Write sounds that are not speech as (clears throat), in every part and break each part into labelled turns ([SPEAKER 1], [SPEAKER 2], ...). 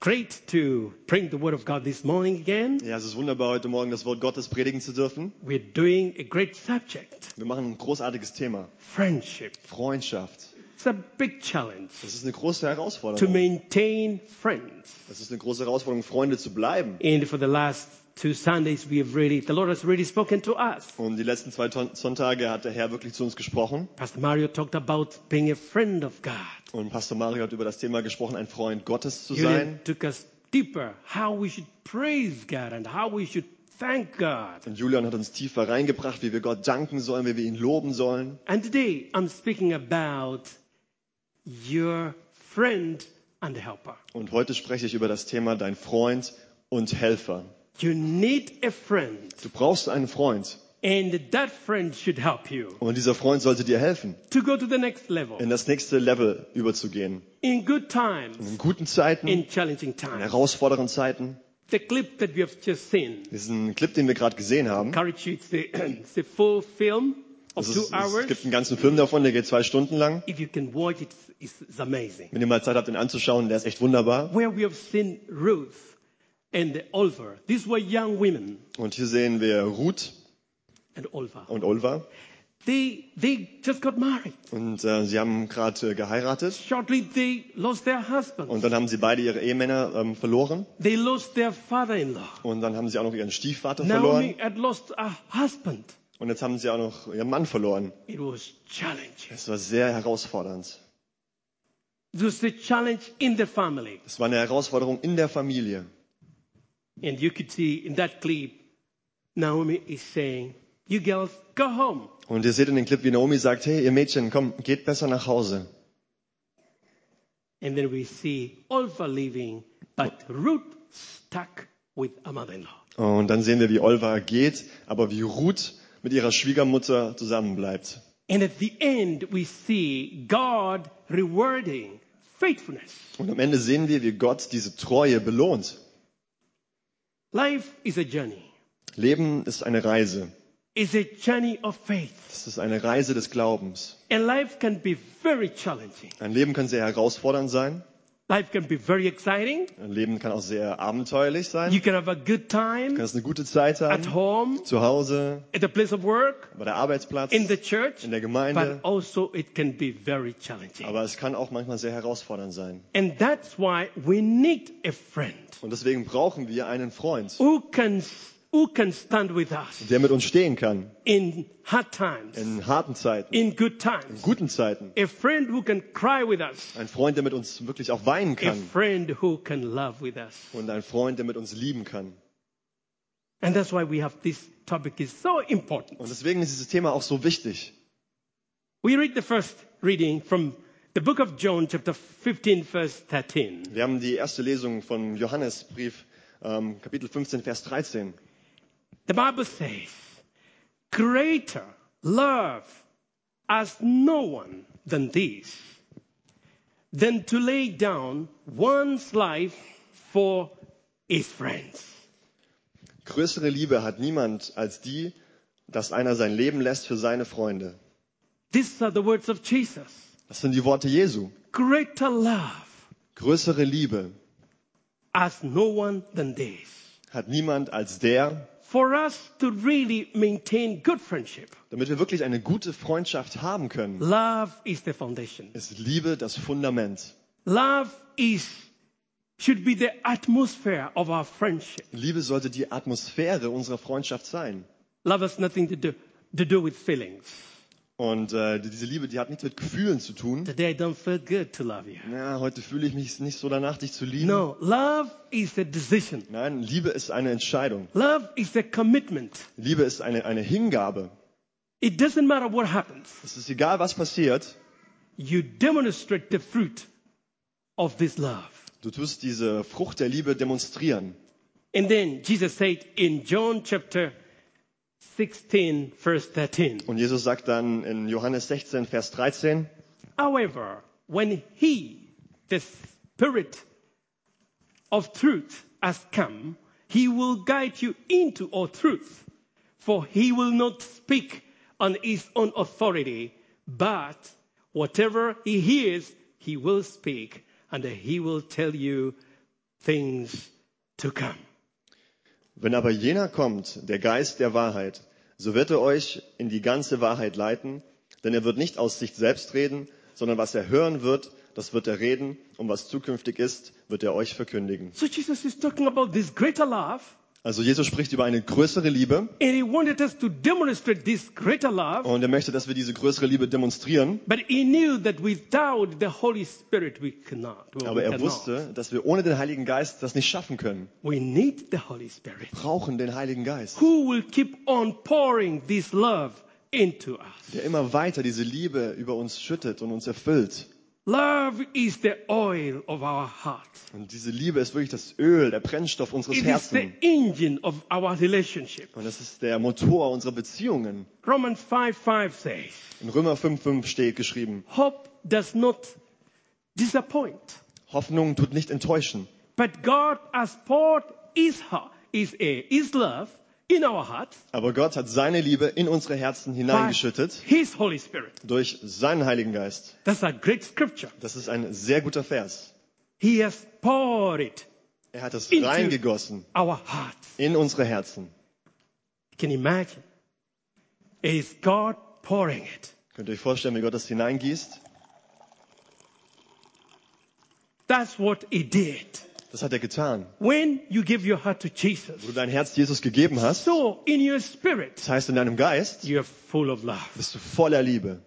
[SPEAKER 1] Great to bring the Word of God this morning again.
[SPEAKER 2] Ja, es ist wunderbar, heute Morgen das Wort Gottes predigen zu dürfen.
[SPEAKER 1] We're doing a great subject
[SPEAKER 2] Wir machen ein großartiges Thema.
[SPEAKER 1] friendship.
[SPEAKER 2] Freundschaft.
[SPEAKER 1] It's a big challenge
[SPEAKER 2] Das ist eine große
[SPEAKER 1] to
[SPEAKER 2] Herausforderung.
[SPEAKER 1] maintain friends.
[SPEAKER 2] Es ist eine große Herausforderung, Freunde zu bleiben.
[SPEAKER 1] And for the last two Sundays, we have really, the Lord has really spoken to us.
[SPEAKER 2] Und die letzten zwei Ton- Sonntage hat der Herr wirklich zu uns gesprochen.
[SPEAKER 1] Pastor Mario talked about being a friend of God.
[SPEAKER 2] Und Pastor Mario hat über das Thema gesprochen, ein Freund Gottes zu
[SPEAKER 1] Julian
[SPEAKER 2] sein.
[SPEAKER 1] took us deeper, how we should praise God and how we should thank God.
[SPEAKER 2] Und Julian hat uns tiefer reingebracht, wie wir Gott danken sollen, wie wir ihn loben sollen.
[SPEAKER 1] And today, I'm speaking about your friend and helper.
[SPEAKER 2] Und heute spreche ich über das Thema dein Freund und Helfer.
[SPEAKER 1] You need a friend,
[SPEAKER 2] Du brauchst einen Freund.
[SPEAKER 1] and that friend should help you
[SPEAKER 2] Und dieser Freund sollte dir helfen,
[SPEAKER 1] to go to the next level
[SPEAKER 2] in das nächste Level überzugehen.
[SPEAKER 1] in good times,
[SPEAKER 2] In guten Zeiten, in
[SPEAKER 1] in challenging times.
[SPEAKER 2] herausfordernden Zeiten.
[SPEAKER 1] The clip that we have just seen
[SPEAKER 2] Diesen Clip, den wir gerade gesehen haben,
[SPEAKER 1] encourage you. It's the, (clears throat) it's the full film of
[SPEAKER 2] das
[SPEAKER 1] two
[SPEAKER 2] ist, es gibt
[SPEAKER 1] hours.
[SPEAKER 2] einen ganzen Film davon, der geht zwei Stunden lang.
[SPEAKER 1] If you can watch it, it's, it's amazing.
[SPEAKER 2] Wenn ihr mal Zeit habt, den anzuschauen, der ist echt wunderbar.
[SPEAKER 1] Where we have seen Ruth and Olva. These were young women
[SPEAKER 2] Und hier sehen wir Ruth
[SPEAKER 1] and Olva.
[SPEAKER 2] und Olva.
[SPEAKER 1] They, they just got married.
[SPEAKER 2] Und äh, sie haben gerade äh, geheiratet.
[SPEAKER 1] Shortly, they lost their husband.
[SPEAKER 2] Und dann haben sie beide ihre Ehemänner ähm, verloren.
[SPEAKER 1] They lost their father-in-law.
[SPEAKER 2] Und dann haben sie auch noch ihren Stiefvater
[SPEAKER 1] Naomi
[SPEAKER 2] verloren.
[SPEAKER 1] had lost her husband.
[SPEAKER 2] Und jetzt haben sie auch noch ihren Mann verloren.
[SPEAKER 1] It was challenging.
[SPEAKER 2] Es war sehr herausfordernd.
[SPEAKER 1] It was a challenge in the family.
[SPEAKER 2] Es war eine Herausforderung in der Familie.
[SPEAKER 1] And you could see in that clip, Naomi is saying, you girls, go home.
[SPEAKER 2] Und ihr seht in dem Clip, wie Naomi sagt, hey, ihr Mädchen, komm, geht besser nach Hause.
[SPEAKER 1] And then we see Olva leaving, but Ruth stuck with a mother-in-law.
[SPEAKER 2] Und dann sehen wir, wie Olva geht, aber wie Ruth mit ihrer Schwiegermutter zusammenbleibt.
[SPEAKER 1] And at the end, we see God rewarding faithfulness.
[SPEAKER 2] Und am Ende sehen wir, wie Gott diese Treue belohnt.
[SPEAKER 1] Life is a journey.
[SPEAKER 2] Leben ist eine Reise.
[SPEAKER 1] It's a journey of faith.
[SPEAKER 2] Es ist eine Reise des Glaubens.
[SPEAKER 1] And life can be very challenging.
[SPEAKER 2] Ein Leben kann sehr herausfordernd sein.
[SPEAKER 1] Life can be very exciting.
[SPEAKER 2] Ein Leben kann auch sehr abenteuerlich sein.
[SPEAKER 1] You
[SPEAKER 2] Du
[SPEAKER 1] can have a good time
[SPEAKER 2] kannst eine gute Zeit
[SPEAKER 1] at
[SPEAKER 2] haben.
[SPEAKER 1] home,
[SPEAKER 2] Zu Hause,
[SPEAKER 1] at the place of work,
[SPEAKER 2] bei der Arbeitsplatz,
[SPEAKER 1] in the
[SPEAKER 2] in
[SPEAKER 1] church,
[SPEAKER 2] der
[SPEAKER 1] but
[SPEAKER 2] Gemeinde.
[SPEAKER 1] also it can be very challenging.
[SPEAKER 2] Aber es kann auch manchmal sehr herausfordernd sein.
[SPEAKER 1] And that's why we need a friend
[SPEAKER 2] Und deswegen brauchen wir einen Freund,
[SPEAKER 1] who can, who can stand with us
[SPEAKER 2] der mit uns stehen kann.
[SPEAKER 1] in hard times,
[SPEAKER 2] In harten Zeiten,
[SPEAKER 1] in good times.
[SPEAKER 2] in guten Zeiten.
[SPEAKER 1] A friend who can cry with us.
[SPEAKER 2] Ein Freund, der mit uns wirklich auch weinen
[SPEAKER 1] A
[SPEAKER 2] kann.
[SPEAKER 1] friend who can love with us.
[SPEAKER 2] Und ein Freund, der mit uns lieben kann.
[SPEAKER 1] And that's why we have this topic is so important.
[SPEAKER 2] Und deswegen ist dieses Thema auch so wichtig.
[SPEAKER 1] We read the first reading from the book of John chapter 15 verse 13.
[SPEAKER 2] Wir haben die erste Lesung von Johannesbrief, ähm, Kapitel 15, Vers 13.
[SPEAKER 1] The Bible says, greater love has no one than this, than to lay down one's life for his friends.
[SPEAKER 2] Größere Liebe hat niemand als die, dass einer sein Leben lässt für seine Freunde.
[SPEAKER 1] These are the words of Jesus.
[SPEAKER 2] Das sind die Worte Jesu.
[SPEAKER 1] Greater love
[SPEAKER 2] Größere Liebe
[SPEAKER 1] has no one than this.
[SPEAKER 2] hat niemand als der,
[SPEAKER 1] For us to really maintain good friendship,
[SPEAKER 2] damit wir wirklich eine gute Freundschaft haben können,
[SPEAKER 1] love is the foundation.
[SPEAKER 2] ist Liebe das Fundament.
[SPEAKER 1] Love is, should be the atmosphere of our friendship.
[SPEAKER 2] Liebe sollte die Atmosphäre unserer Freundschaft sein.
[SPEAKER 1] Love has nothing to do, to do with feelings.
[SPEAKER 2] Und äh, diese Liebe, die hat nichts mit Gefühlen zu tun.
[SPEAKER 1] Today I don't feel good to love you.
[SPEAKER 2] Na, heute fühle ich mich nicht so danach, dich zu lieben.
[SPEAKER 1] No, love is a decision.
[SPEAKER 2] Nein, Liebe ist eine Entscheidung.
[SPEAKER 1] Love is a commitment.
[SPEAKER 2] Liebe ist eine, eine Hingabe.
[SPEAKER 1] It doesn't matter what happens.
[SPEAKER 2] Es ist egal, was passiert.
[SPEAKER 1] You demonstrate the fruit of this love.
[SPEAKER 2] Du tust diese Frucht der Liebe demonstrieren.
[SPEAKER 1] And then Jesus said in John chapter 16, verse 13.
[SPEAKER 2] Und Jesus sagt dann in Johannes 16, Vers 13,
[SPEAKER 1] However, when he, the Spirit of truth, has come, he will guide you into all truth. For he will not speak on his own authority, but whatever he hears, he will speak, and he will tell you things to come.
[SPEAKER 2] Wenn aber jener kommt, der Geist der Wahrheit, so wird er euch in die ganze Wahrheit leiten, denn er wird nicht aus sich selbst reden, sondern was er hören wird, das wird er reden, und was zukünftig ist, wird er euch verkündigen.
[SPEAKER 1] So Jesus is talking about this greater love,
[SPEAKER 2] Also Jesus spricht über eine größere
[SPEAKER 1] and
[SPEAKER 2] Liebe
[SPEAKER 1] he wanted us to demonstrate this greater love,
[SPEAKER 2] und er möchte, dass wir diese größere Liebe demonstrieren,
[SPEAKER 1] but he knew that without the Holy Spirit we cannot. well, we
[SPEAKER 2] aber er
[SPEAKER 1] cannot.
[SPEAKER 2] wusste, dass wir ohne den Heiligen Geist das nicht schaffen können.
[SPEAKER 1] We need the Holy Spirit
[SPEAKER 2] Brauchen den Heiligen Geist,
[SPEAKER 1] who will keep on pouring this love into us.
[SPEAKER 2] der immer weiter diese Liebe über uns schüttet und uns erfüllt.
[SPEAKER 1] Love is the oil of our heart.
[SPEAKER 2] Und diese Liebe ist wirklich das Öl, der Brennstoff unseres
[SPEAKER 1] It is the
[SPEAKER 2] Herzens.
[SPEAKER 1] engine of our relationship.
[SPEAKER 2] Und das ist der Motor unserer Beziehungen.
[SPEAKER 1] Romans 5 5 says,
[SPEAKER 2] In Römer 5,5 steht geschrieben,
[SPEAKER 1] Hope does not disappoint,
[SPEAKER 2] Hoffnung tut nicht enttäuschen.
[SPEAKER 1] but God has poured His, heart, his, eh, his love in our hearts
[SPEAKER 2] Aber Gott hat seine Liebe in unsere Herzen
[SPEAKER 1] by
[SPEAKER 2] hineingeschüttet
[SPEAKER 1] His Holy Spirit.
[SPEAKER 2] durch seinen Heiligen Geist.
[SPEAKER 1] That's a great scripture.
[SPEAKER 2] Das ist ein sehr guter Vers.
[SPEAKER 1] He has poured it
[SPEAKER 2] Er hat es
[SPEAKER 1] Into-
[SPEAKER 2] reingegossen
[SPEAKER 1] our hearts.
[SPEAKER 2] in unsere Herzen.
[SPEAKER 1] Can you imagine? It is God pouring it.
[SPEAKER 2] Könnt ihr euch vorstellen, wie Gott das hineingießt?
[SPEAKER 1] That's what He did
[SPEAKER 2] Das hat er getan.
[SPEAKER 1] when you give your heart to Jesus.
[SPEAKER 2] Wo du dein Herz Jesus gegeben hast,
[SPEAKER 1] So in your spirit,
[SPEAKER 2] das heißt in deinem Geist,
[SPEAKER 1] you are full of love.
[SPEAKER 2] bist du voller Liebe.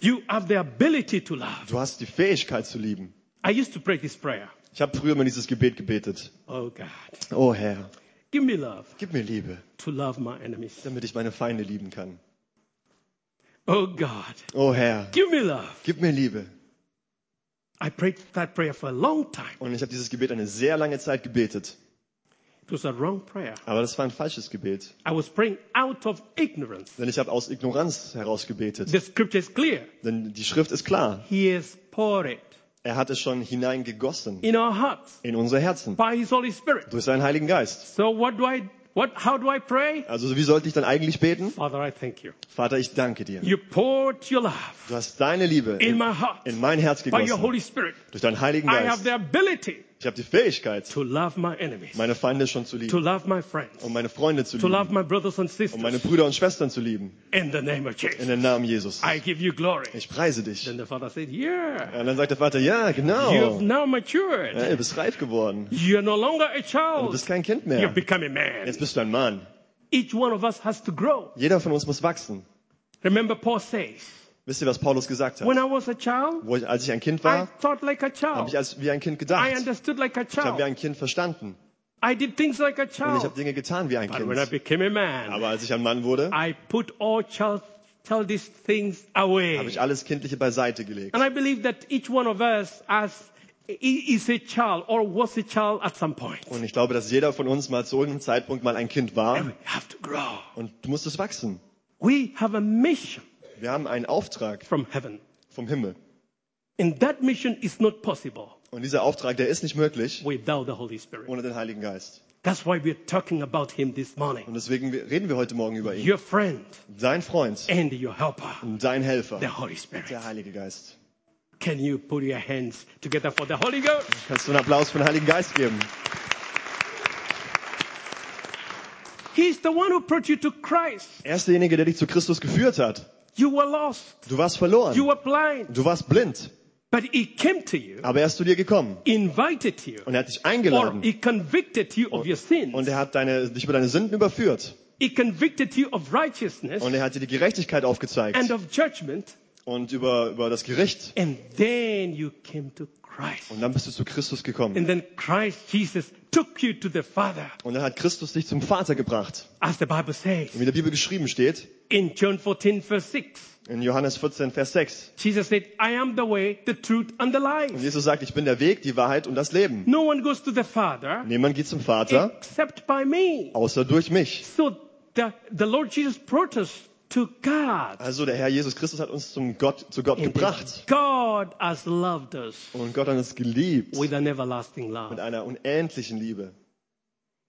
[SPEAKER 1] You have the ability to love.
[SPEAKER 2] Du hast die Fähigkeit zu lieben.
[SPEAKER 1] I used to pray this prayer.
[SPEAKER 2] Ich habe früher mal dieses Gebet gebetet.
[SPEAKER 1] Oh God,
[SPEAKER 2] Oh Herr,
[SPEAKER 1] give me love
[SPEAKER 2] gib mir Liebe,
[SPEAKER 1] to love my enemies.
[SPEAKER 2] damit ich meine Feinde lieben kann.
[SPEAKER 1] Oh God,
[SPEAKER 2] Oh Herr,
[SPEAKER 1] give me love.
[SPEAKER 2] gib mir Liebe.
[SPEAKER 1] I prayed that prayer for a long time.
[SPEAKER 2] Und ich habe dieses Gebet eine sehr lange Zeit gebetet.
[SPEAKER 1] It was a wrong prayer.
[SPEAKER 2] Aber das war ein falsches Gebet.
[SPEAKER 1] I was praying out of ignorance.
[SPEAKER 2] Denn ich habe aus Ignoranz heraus gebetet.
[SPEAKER 1] The scripture is clear.
[SPEAKER 2] Denn die Schrift ist klar.
[SPEAKER 1] He has poured it
[SPEAKER 2] Er hat es schon hineingegossen
[SPEAKER 1] in our hearts
[SPEAKER 2] in unsere Herzen
[SPEAKER 1] by His Holy Spirit.
[SPEAKER 2] durch seinen Heiligen Geist.
[SPEAKER 1] So what do I? What? How do I pray?
[SPEAKER 2] Also wie sollte ich dann eigentlich beten?
[SPEAKER 1] Father, I thank you.
[SPEAKER 2] Vater, ich danke dir.
[SPEAKER 1] You poured your love
[SPEAKER 2] Du hast deine Liebe
[SPEAKER 1] in
[SPEAKER 2] in,
[SPEAKER 1] my heart
[SPEAKER 2] in mein Herz
[SPEAKER 1] by your
[SPEAKER 2] gegossen
[SPEAKER 1] Holy Spirit.
[SPEAKER 2] durch deinen Heiligen
[SPEAKER 1] I have
[SPEAKER 2] Geist.
[SPEAKER 1] the ability
[SPEAKER 2] Ich habe die Fähigkeit,
[SPEAKER 1] to love my enemies,
[SPEAKER 2] meine Feinde schon zu
[SPEAKER 1] to
[SPEAKER 2] lieben
[SPEAKER 1] love my friends,
[SPEAKER 2] und meine Freunde zu
[SPEAKER 1] to love
[SPEAKER 2] lieben
[SPEAKER 1] my brothers and
[SPEAKER 2] und meine
[SPEAKER 1] sisters
[SPEAKER 2] Brüder und Schwestern zu lieben.
[SPEAKER 1] in the name of
[SPEAKER 2] In
[SPEAKER 1] Jesus.
[SPEAKER 2] den Namen Jesus.
[SPEAKER 1] I give you glory.
[SPEAKER 2] Ich preise dich.
[SPEAKER 1] Then the father said, Yeah,
[SPEAKER 2] Und dann sagt der Vater, ja,
[SPEAKER 1] you have
[SPEAKER 2] genau.
[SPEAKER 1] now
[SPEAKER 2] Ja,
[SPEAKER 1] matured.
[SPEAKER 2] du bist reif geworden.
[SPEAKER 1] You're no longer a
[SPEAKER 2] Du
[SPEAKER 1] child.
[SPEAKER 2] bist kein Kind
[SPEAKER 1] You've
[SPEAKER 2] mehr.
[SPEAKER 1] become a man.
[SPEAKER 2] Jetzt bist du ein Mann.
[SPEAKER 1] Each one of us has to grow.
[SPEAKER 2] Jeder von uns muss wachsen.
[SPEAKER 1] Remember, Paul says,
[SPEAKER 2] Wisst ihr, was Paulus gesagt hat?
[SPEAKER 1] When I was a child,
[SPEAKER 2] Wo ich, als ich ein Kind
[SPEAKER 1] I
[SPEAKER 2] war,
[SPEAKER 1] thought like a
[SPEAKER 2] habe
[SPEAKER 1] child.
[SPEAKER 2] ich als wie ein Kind
[SPEAKER 1] I
[SPEAKER 2] gedacht.
[SPEAKER 1] understood like a
[SPEAKER 2] Ich habe wie
[SPEAKER 1] child.
[SPEAKER 2] ein Kind verstanden.
[SPEAKER 1] I did things like a
[SPEAKER 2] Und ich habe
[SPEAKER 1] child.
[SPEAKER 2] Dinge getan wie ein
[SPEAKER 1] But when I
[SPEAKER 2] Kind.
[SPEAKER 1] became a man,
[SPEAKER 2] Aber als ich ein Mann wurde,
[SPEAKER 1] I put all child, childish things
[SPEAKER 2] habe
[SPEAKER 1] away.
[SPEAKER 2] ich alles Kindliche beiseite gelegt.
[SPEAKER 1] And I believe that each one of us as is a child or was a child at some point.
[SPEAKER 2] Und ich glaube, dass jeder von uns mal zu irgendeinem Zeitpunkt mal ein Kind
[SPEAKER 1] And
[SPEAKER 2] war.
[SPEAKER 1] we have to grow.
[SPEAKER 2] Und du musstest wachsen.
[SPEAKER 1] We have a mission
[SPEAKER 2] Wir haben einen Auftrag
[SPEAKER 1] from heaven.
[SPEAKER 2] vom Himmel.
[SPEAKER 1] And that mission is not possible
[SPEAKER 2] Und dieser Auftrag, der ist nicht möglich
[SPEAKER 1] without the Holy Spirit.
[SPEAKER 2] ohne den Heiligen Geist.
[SPEAKER 1] That's why we're talking about him this morning.
[SPEAKER 2] Und deswegen reden wir heute Morgen über ihn.
[SPEAKER 1] Your friend
[SPEAKER 2] Sein Freund
[SPEAKER 1] and your helper,
[SPEAKER 2] und sein Helfer,
[SPEAKER 1] the Holy Spirit.
[SPEAKER 2] der Heilige Geist.
[SPEAKER 1] Can you put your hands together for the Holy Ghost?
[SPEAKER 2] Kannst du einen Applaus für den Heiligen Geist geben?
[SPEAKER 1] He's the one who brought you to Christ.
[SPEAKER 2] Er ist derjenige, der dich zu Christus geführt hat.
[SPEAKER 1] You were lost.
[SPEAKER 2] Du warst
[SPEAKER 1] You
[SPEAKER 2] verloren.
[SPEAKER 1] were blind.
[SPEAKER 2] Du warst blind.
[SPEAKER 1] But he came to you,
[SPEAKER 2] Aber er ist zu dir gekommen.
[SPEAKER 1] invited you,
[SPEAKER 2] Und er hat dich
[SPEAKER 1] or
[SPEAKER 2] eingeladen.
[SPEAKER 1] he convicted you of your
[SPEAKER 2] Und
[SPEAKER 1] sins.
[SPEAKER 2] er hat deine, dich über deine Sünden überführt.
[SPEAKER 1] He convicted you of righteousness
[SPEAKER 2] Und er hat dir die Gerechtigkeit
[SPEAKER 1] and
[SPEAKER 2] aufgezeigt.
[SPEAKER 1] of judgment.
[SPEAKER 2] Und über, über das Gericht.
[SPEAKER 1] And then you came to Christ.
[SPEAKER 2] Und dann bist du zu Christus gekommen.
[SPEAKER 1] And then Christ Jesus took you to the Father.
[SPEAKER 2] Und dann hat Christus dich zum Vater gebracht.
[SPEAKER 1] As the Bible says
[SPEAKER 2] Und wie in der Bibel geschrieben steht,
[SPEAKER 1] in John 14, verse 6,
[SPEAKER 2] in Johannes 14, Vers 6.
[SPEAKER 1] Jesus said, I am the way, the truth, and the
[SPEAKER 2] Und
[SPEAKER 1] life.
[SPEAKER 2] Jesus sagt, ich bin der Weg, die Wahrheit und das Leben.
[SPEAKER 1] No one goes to the Father
[SPEAKER 2] Niemand geht zum Vater,
[SPEAKER 1] except by me.
[SPEAKER 2] außer durch mich.
[SPEAKER 1] So the, the Lord Jesus brought us to God.
[SPEAKER 2] Also der Herr Jesus Christus hat uns zum Gott, zu Gott
[SPEAKER 1] And
[SPEAKER 2] gebracht.
[SPEAKER 1] God has loved us
[SPEAKER 2] Und Gott hat uns geliebt.
[SPEAKER 1] with an everlasting
[SPEAKER 2] Mit
[SPEAKER 1] love.
[SPEAKER 2] einer unendlichen Liebe.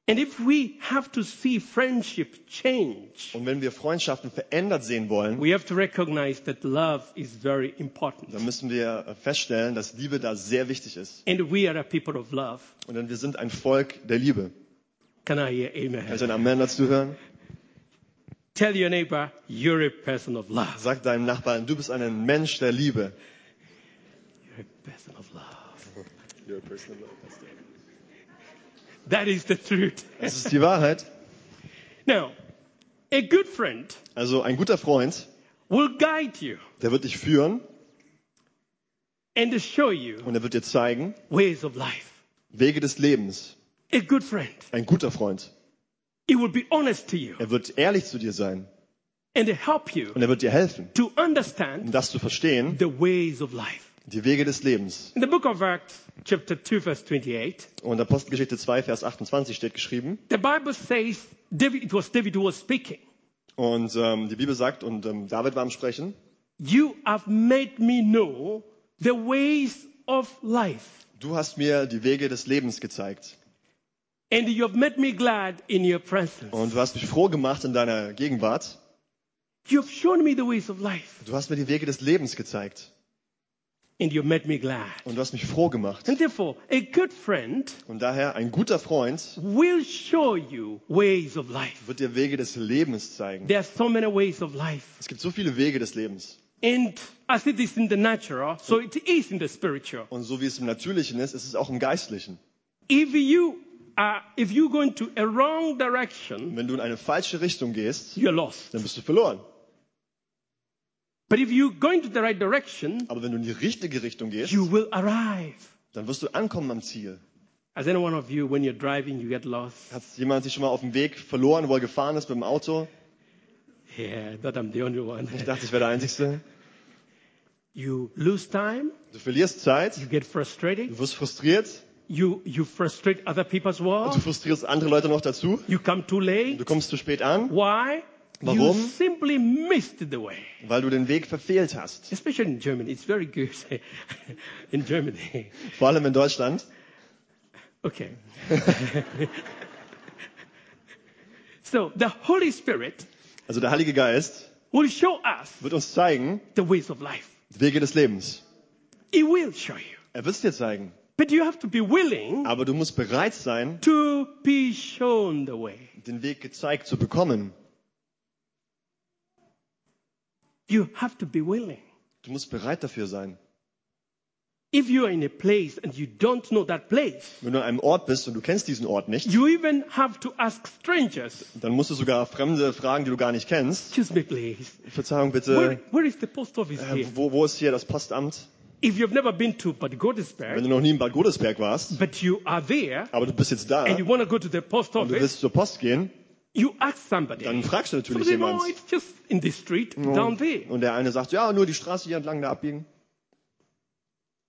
[SPEAKER 1] And if we have to see friendship change,
[SPEAKER 2] Und wenn wir Freundschaften verändert sehen wollen,
[SPEAKER 1] we have to recognize that love is very important.
[SPEAKER 2] dann müssen wir feststellen, dass Liebe da sehr wichtig ist.
[SPEAKER 1] And we are a people of love.
[SPEAKER 2] Und denn wir sind ein Volk der Liebe.
[SPEAKER 1] Can I hear amen?
[SPEAKER 2] Kannst du ein Amen dazu hören?
[SPEAKER 1] Tell your neighbor, you're a person of love.
[SPEAKER 2] Sag deinem Nachbarn, du bist ein Mensch der Liebe.
[SPEAKER 1] You're a person of love. That is the truth.
[SPEAKER 2] Das ist die Wahrheit.
[SPEAKER 1] Now, a good friend
[SPEAKER 2] Also ein guter Freund,
[SPEAKER 1] will guide you
[SPEAKER 2] der wird dich führen
[SPEAKER 1] and show you
[SPEAKER 2] und er wird dir zeigen,
[SPEAKER 1] ways of life.
[SPEAKER 2] Wege des Lebens.
[SPEAKER 1] A good friend,
[SPEAKER 2] Ein guter Freund.
[SPEAKER 1] he will be honest to you
[SPEAKER 2] Er wird ehrlich zu dir sein
[SPEAKER 1] and help you
[SPEAKER 2] und er wird dir helfen,
[SPEAKER 1] to
[SPEAKER 2] um
[SPEAKER 1] understand
[SPEAKER 2] das zu verstehen,
[SPEAKER 1] the ways of life.
[SPEAKER 2] die Wege des Lebens.
[SPEAKER 1] In the book of Acts, chapter 2, verse 28,
[SPEAKER 2] Und Apostelgeschichte 2, Vers 28 steht geschrieben.
[SPEAKER 1] the Bible says David, it was David who was speaking.
[SPEAKER 2] Und ähm, die Bibel sagt, und ähm, David war am Sprechen,
[SPEAKER 1] You have made me know the ways of life,
[SPEAKER 2] du hast mir die Wege des Lebens gezeigt.
[SPEAKER 1] and you have made me glad in your presence.
[SPEAKER 2] Und du hast mich froh gemacht in deiner Gegenwart.
[SPEAKER 1] You have shown me the ways of life,
[SPEAKER 2] Du hast mir die Wege des Lebens gezeigt.
[SPEAKER 1] and you have made me glad.
[SPEAKER 2] Und du hast mich froh gemacht.
[SPEAKER 1] And therefore, a good friend
[SPEAKER 2] Und daher, ein guter Freund
[SPEAKER 1] will show you ways of life.
[SPEAKER 2] wird dir Wege des Lebens zeigen.
[SPEAKER 1] There are so many ways of life.
[SPEAKER 2] Es gibt so viele Wege des Lebens.
[SPEAKER 1] And as it is in the natural, so it is in the spiritual.
[SPEAKER 2] Und so wie es im Natürlichen ist, ist es auch im Geistlichen.
[SPEAKER 1] If you are, if you go into a wrong direction,
[SPEAKER 2] Und wenn du in eine falsche Richtung gehst,
[SPEAKER 1] you're lost.
[SPEAKER 2] dann bist du verloren.
[SPEAKER 1] But if you go into the right direction,
[SPEAKER 2] Aber wenn du in die richtige Richtung gehst,
[SPEAKER 1] you will arrive.
[SPEAKER 2] dann wirst du ankommen am Ziel.
[SPEAKER 1] As any one of you, when you're driving, you get lost.
[SPEAKER 2] Hat jemand sich schon mal auf dem Weg verloren, wo er gefahren ist mit dem Auto?
[SPEAKER 1] Yeah, that I'm the only one. (laughs)
[SPEAKER 2] Ich dachte, ich wäre der Einzige.
[SPEAKER 1] You lose time,
[SPEAKER 2] Du verlierst Zeit,
[SPEAKER 1] you get frustrated,
[SPEAKER 2] du wirst frustriert,
[SPEAKER 1] you, you frustrate other people as
[SPEAKER 2] du
[SPEAKER 1] well,
[SPEAKER 2] frustrierst andere Leute noch dazu,
[SPEAKER 1] you come too late.
[SPEAKER 2] du kommst zu spät an,
[SPEAKER 1] Why? You
[SPEAKER 2] Warum?
[SPEAKER 1] simply missed the way.
[SPEAKER 2] weil du den Weg verfehlt hast.
[SPEAKER 1] Especially in Germany. It's very good (laughs) in Germany.
[SPEAKER 2] Vor allem in Deutschland.
[SPEAKER 1] Okay. (laughs) so the Holy Spirit
[SPEAKER 2] Also der Heilige Geist
[SPEAKER 1] will show us
[SPEAKER 2] wird uns zeigen,
[SPEAKER 1] the ways of life.
[SPEAKER 2] die Wege des Lebens.
[SPEAKER 1] He will show you.
[SPEAKER 2] Er wird es dir zeigen.
[SPEAKER 1] But you have to be willing
[SPEAKER 2] Aber du musst bereit sein,
[SPEAKER 1] to be shown the way.
[SPEAKER 2] den Weg gezeigt zu bekommen.
[SPEAKER 1] You have to be willing.
[SPEAKER 2] Du musst bereit dafür sein.
[SPEAKER 1] If you are in a place and you don't know that place,
[SPEAKER 2] Wenn du an einem Ort bist und du kennst diesen Ort nicht,
[SPEAKER 1] you even have to ask strangers,
[SPEAKER 2] dann musst du sogar Fremde fragen, die du gar nicht kennst.
[SPEAKER 1] excuse me please,
[SPEAKER 2] Verzeihung
[SPEAKER 1] where,
[SPEAKER 2] bitte.
[SPEAKER 1] where is the post office
[SPEAKER 2] Äh,
[SPEAKER 1] here?
[SPEAKER 2] wo, wo ist hier das Postamt?
[SPEAKER 1] If you've never been to Bad
[SPEAKER 2] Wenn
[SPEAKER 1] Godesberg,
[SPEAKER 2] du noch nie in Bad Godesberg warst,
[SPEAKER 1] but you are there
[SPEAKER 2] aber du bist jetzt da
[SPEAKER 1] and you
[SPEAKER 2] und
[SPEAKER 1] want to go to the post
[SPEAKER 2] du
[SPEAKER 1] office,
[SPEAKER 2] willst zur Post gehen,
[SPEAKER 1] you ask somebody.
[SPEAKER 2] dann fragst du natürlich
[SPEAKER 1] Somebody, no,
[SPEAKER 2] jemanden.
[SPEAKER 1] it's just in the street down there.
[SPEAKER 2] Und der eine sagt, ja, nur die Straße hier entlang da abbiegen.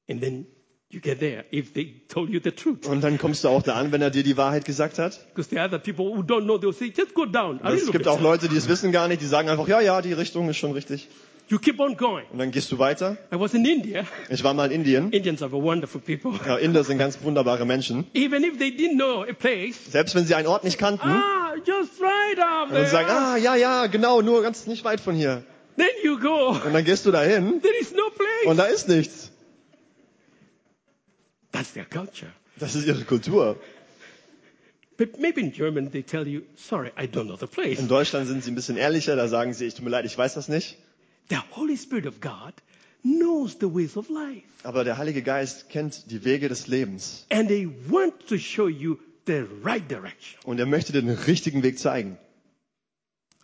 [SPEAKER 1] And then you get there if they told you the truth.
[SPEAKER 2] Und dann kommst du auch da an, wenn er dir die Wahrheit gesagt hat.
[SPEAKER 1] Because there are other people who don't know, they'll say, just go down a
[SPEAKER 2] Es
[SPEAKER 1] little
[SPEAKER 2] gibt
[SPEAKER 1] bit.
[SPEAKER 2] auch Leute, die es wissen gar nicht, die sagen einfach, ja, ja, die Richtung ist schon richtig.
[SPEAKER 1] You keep on going.
[SPEAKER 2] Und dann gehst du weiter.
[SPEAKER 1] I was in India.
[SPEAKER 2] Ich war mal in Indien.
[SPEAKER 1] Indians are wonderful people. (laughs)
[SPEAKER 2] Ja, Inder sind ganz wunderbare Menschen.
[SPEAKER 1] Even if they didn't know a place,
[SPEAKER 2] Selbst wenn sie einen Ort nicht kannten
[SPEAKER 1] ah, just right up
[SPEAKER 2] und
[SPEAKER 1] there.
[SPEAKER 2] sagen, ah, ja, ja, genau, nur ganz nicht weit von hier.
[SPEAKER 1] Then you go.
[SPEAKER 2] Und dann gehst du dahin
[SPEAKER 1] (laughs) There is no place.
[SPEAKER 2] und da ist nichts.
[SPEAKER 1] That's their culture.
[SPEAKER 2] Das ist ihre Kultur.
[SPEAKER 1] But maybe in German they tell you, sorry, I don't know the place.
[SPEAKER 2] In Deutschland sind sie ein bisschen ehrlicher, da sagen sie, ich tut mir leid, ich weiß das nicht.
[SPEAKER 1] The Holy Spirit of God knows the ways of life.
[SPEAKER 2] Aber der Heilige Geist kennt die Wege des Lebens
[SPEAKER 1] And they want to show you the right direction.
[SPEAKER 2] und er möchte dir den richtigen Weg zeigen.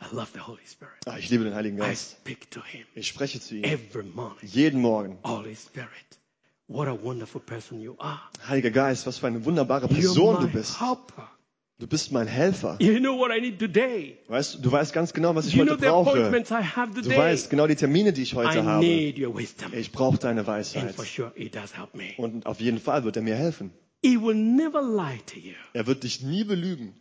[SPEAKER 1] I love the Holy Spirit.
[SPEAKER 2] Ah, ich liebe den Heiligen
[SPEAKER 1] I
[SPEAKER 2] Geist.
[SPEAKER 1] speak to him
[SPEAKER 2] Ich spreche zu ihm
[SPEAKER 1] every morning.
[SPEAKER 2] jeden Morgen.
[SPEAKER 1] Holy Spirit, what a wonderful person you are.
[SPEAKER 2] Heiliger Geist, was für eine wunderbare
[SPEAKER 1] You're
[SPEAKER 2] Person
[SPEAKER 1] my
[SPEAKER 2] du bist.
[SPEAKER 1] helper.
[SPEAKER 2] Du bist mein Helfer.
[SPEAKER 1] You know what I need today.
[SPEAKER 2] Weißt, du- du weißt ganz genau, was ich
[SPEAKER 1] You know
[SPEAKER 2] heute
[SPEAKER 1] the
[SPEAKER 2] brauche.
[SPEAKER 1] appointments I have
[SPEAKER 2] Du
[SPEAKER 1] today.
[SPEAKER 2] weißt genau die Termine, die ich heute
[SPEAKER 1] I
[SPEAKER 2] habe.
[SPEAKER 1] need your wisdom.
[SPEAKER 2] Ich brauche deine
[SPEAKER 1] And
[SPEAKER 2] Weisheit.
[SPEAKER 1] for sure, it does help me.
[SPEAKER 2] Und auf jeden Fall wird er mir helfen.
[SPEAKER 1] He will never lie to you,
[SPEAKER 2] Er wird dich nie belügen,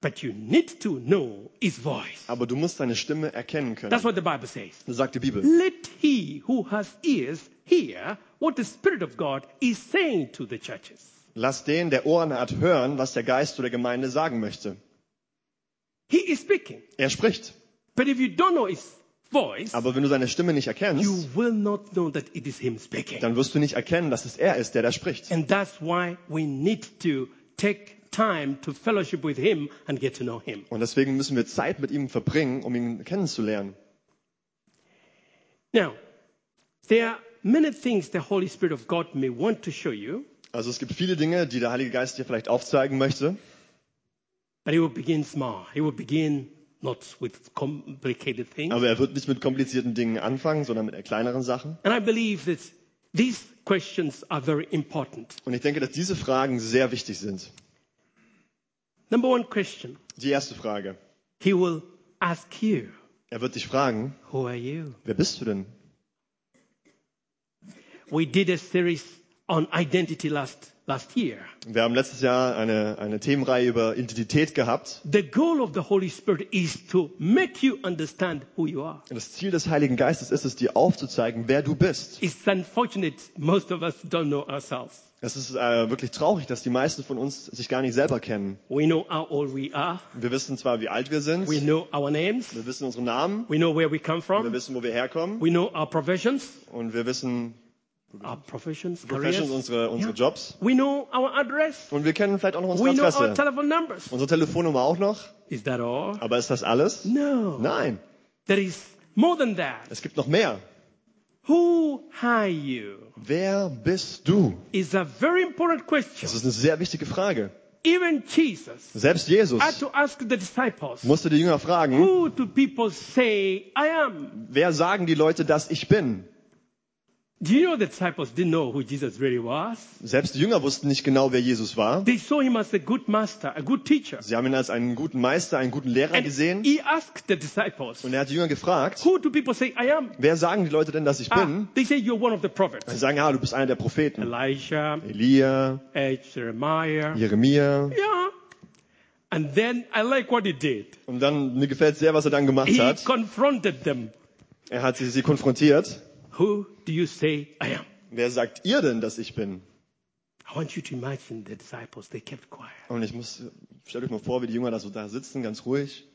[SPEAKER 1] but you need to know his voice.
[SPEAKER 2] aber du musst seine Stimme erkennen können.
[SPEAKER 1] That's what the Bible says.
[SPEAKER 2] Das sagt die Bibel.
[SPEAKER 1] Let he who has ears hear what the Spirit of God is saying to the churches.
[SPEAKER 2] Lasst den, der Ohren hat, hören, was der Geist zu der Gemeinde sagen möchte.
[SPEAKER 1] He is speaking.
[SPEAKER 2] Er spricht.
[SPEAKER 1] But if you don't know his voice,
[SPEAKER 2] Aber wenn du seine Stimme nicht
[SPEAKER 1] you
[SPEAKER 2] erkennst,
[SPEAKER 1] will not know that it is him speaking.
[SPEAKER 2] dann wirst du nicht erkennen, dass es er ist, der da spricht.
[SPEAKER 1] And that's why we need to take time to fellowship with him and get to know him.
[SPEAKER 2] Und deswegen müssen wir Zeit mit ihm verbringen, um ihn kennenzulernen.
[SPEAKER 1] Now, there are many things the Holy Spirit of God may want to show you,
[SPEAKER 2] Also es gibt viele Dinge, die der Heilige Geist dir vielleicht aufzeigen möchte.
[SPEAKER 1] but he will begin small. He will begin not with complicated things.
[SPEAKER 2] Aber er wird nicht mit komplizierten Dingen anfangen, sondern mit eher kleineren Sachen.
[SPEAKER 1] And I believe that these questions are very important.
[SPEAKER 2] Und ich denke, dass diese Fragen sehr wichtig sind.
[SPEAKER 1] Number one question
[SPEAKER 2] Die erste Frage.
[SPEAKER 1] He will ask you,
[SPEAKER 2] Er wird dich fragen,
[SPEAKER 1] Who are you?
[SPEAKER 2] wer bist du denn?
[SPEAKER 1] We did a series on identity last, last year.
[SPEAKER 2] Wir haben letztes Jahr eine, eine Themenreihe über Identität gehabt.
[SPEAKER 1] The goal of the Holy Spirit is to make you understand who you are.
[SPEAKER 2] Und das Ziel des Heiligen Geistes ist es, dir aufzuzeigen, wer du bist.
[SPEAKER 1] It's unfortunate most of us don't know ourselves.
[SPEAKER 2] Es ist äh, wirklich traurig, dass die meisten von uns sich gar nicht selber kennen.
[SPEAKER 1] We know how old we are.
[SPEAKER 2] Wir wissen zwar, wie alt wir sind,
[SPEAKER 1] We
[SPEAKER 2] wir
[SPEAKER 1] know our names.
[SPEAKER 2] wissen unsere Namen,
[SPEAKER 1] We know where we come
[SPEAKER 2] wir
[SPEAKER 1] from.
[SPEAKER 2] wissen, wo wir herkommen
[SPEAKER 1] We know our professions.
[SPEAKER 2] und wir wissen
[SPEAKER 1] Our professions, careers.
[SPEAKER 2] Professions, unsere, unsere Jobs.
[SPEAKER 1] We know our address.
[SPEAKER 2] Und wir kennen vielleicht auch noch unsere
[SPEAKER 1] We know our
[SPEAKER 2] Adresse,
[SPEAKER 1] telephone numbers.
[SPEAKER 2] unsere Telefonnummer auch noch.
[SPEAKER 1] Is that all?
[SPEAKER 2] Aber ist das alles?
[SPEAKER 1] No.
[SPEAKER 2] Nein,
[SPEAKER 1] There is more than that.
[SPEAKER 2] es gibt noch mehr.
[SPEAKER 1] Who are you?
[SPEAKER 2] Wer bist du?
[SPEAKER 1] Is a very important question.
[SPEAKER 2] Das ist eine sehr wichtige Frage.
[SPEAKER 1] Even Jesus
[SPEAKER 2] Selbst Jesus
[SPEAKER 1] had to ask the disciples,
[SPEAKER 2] musste die Jünger fragen,
[SPEAKER 1] Who do people say I am?
[SPEAKER 2] wer sagen die Leute, dass ich bin?
[SPEAKER 1] Do you know the disciples didn't know who Jesus really was?
[SPEAKER 2] Selbst die Jünger wussten nicht genau, wer Jesus war.
[SPEAKER 1] They saw him as a good master, a good teacher.
[SPEAKER 2] Sie haben ihn als einen guten Meister, einen guten Lehrer
[SPEAKER 1] And
[SPEAKER 2] gesehen.
[SPEAKER 1] he asked the disciples,
[SPEAKER 2] Und er hat die Jünger gefragt,
[SPEAKER 1] Who do people say I am?
[SPEAKER 2] wer sagen die Leute denn, dass ich
[SPEAKER 1] Ah,
[SPEAKER 2] bin?
[SPEAKER 1] they say you're one of the prophets.
[SPEAKER 2] Sie sagen, ah, du bist einer der Propheten.
[SPEAKER 1] Elijah,
[SPEAKER 2] Elia,
[SPEAKER 1] eh, Jeremiah.
[SPEAKER 2] Jeremia.
[SPEAKER 1] Yeah. And then I like what he did.
[SPEAKER 2] Und dann, mir gefällt sehr, was er dann gemacht
[SPEAKER 1] He
[SPEAKER 2] hat.
[SPEAKER 1] confronted them.
[SPEAKER 2] Er hat sie, sie konfrontiert.
[SPEAKER 1] Who do you say I am?
[SPEAKER 2] Wer sagt ihr denn, dass ich bin?
[SPEAKER 1] I want you to imagine the disciples, they kept quiet.
[SPEAKER 2] Und ich muss, stellt euch mal vor, wie die Jünger da so da sitzen, ganz ruhig.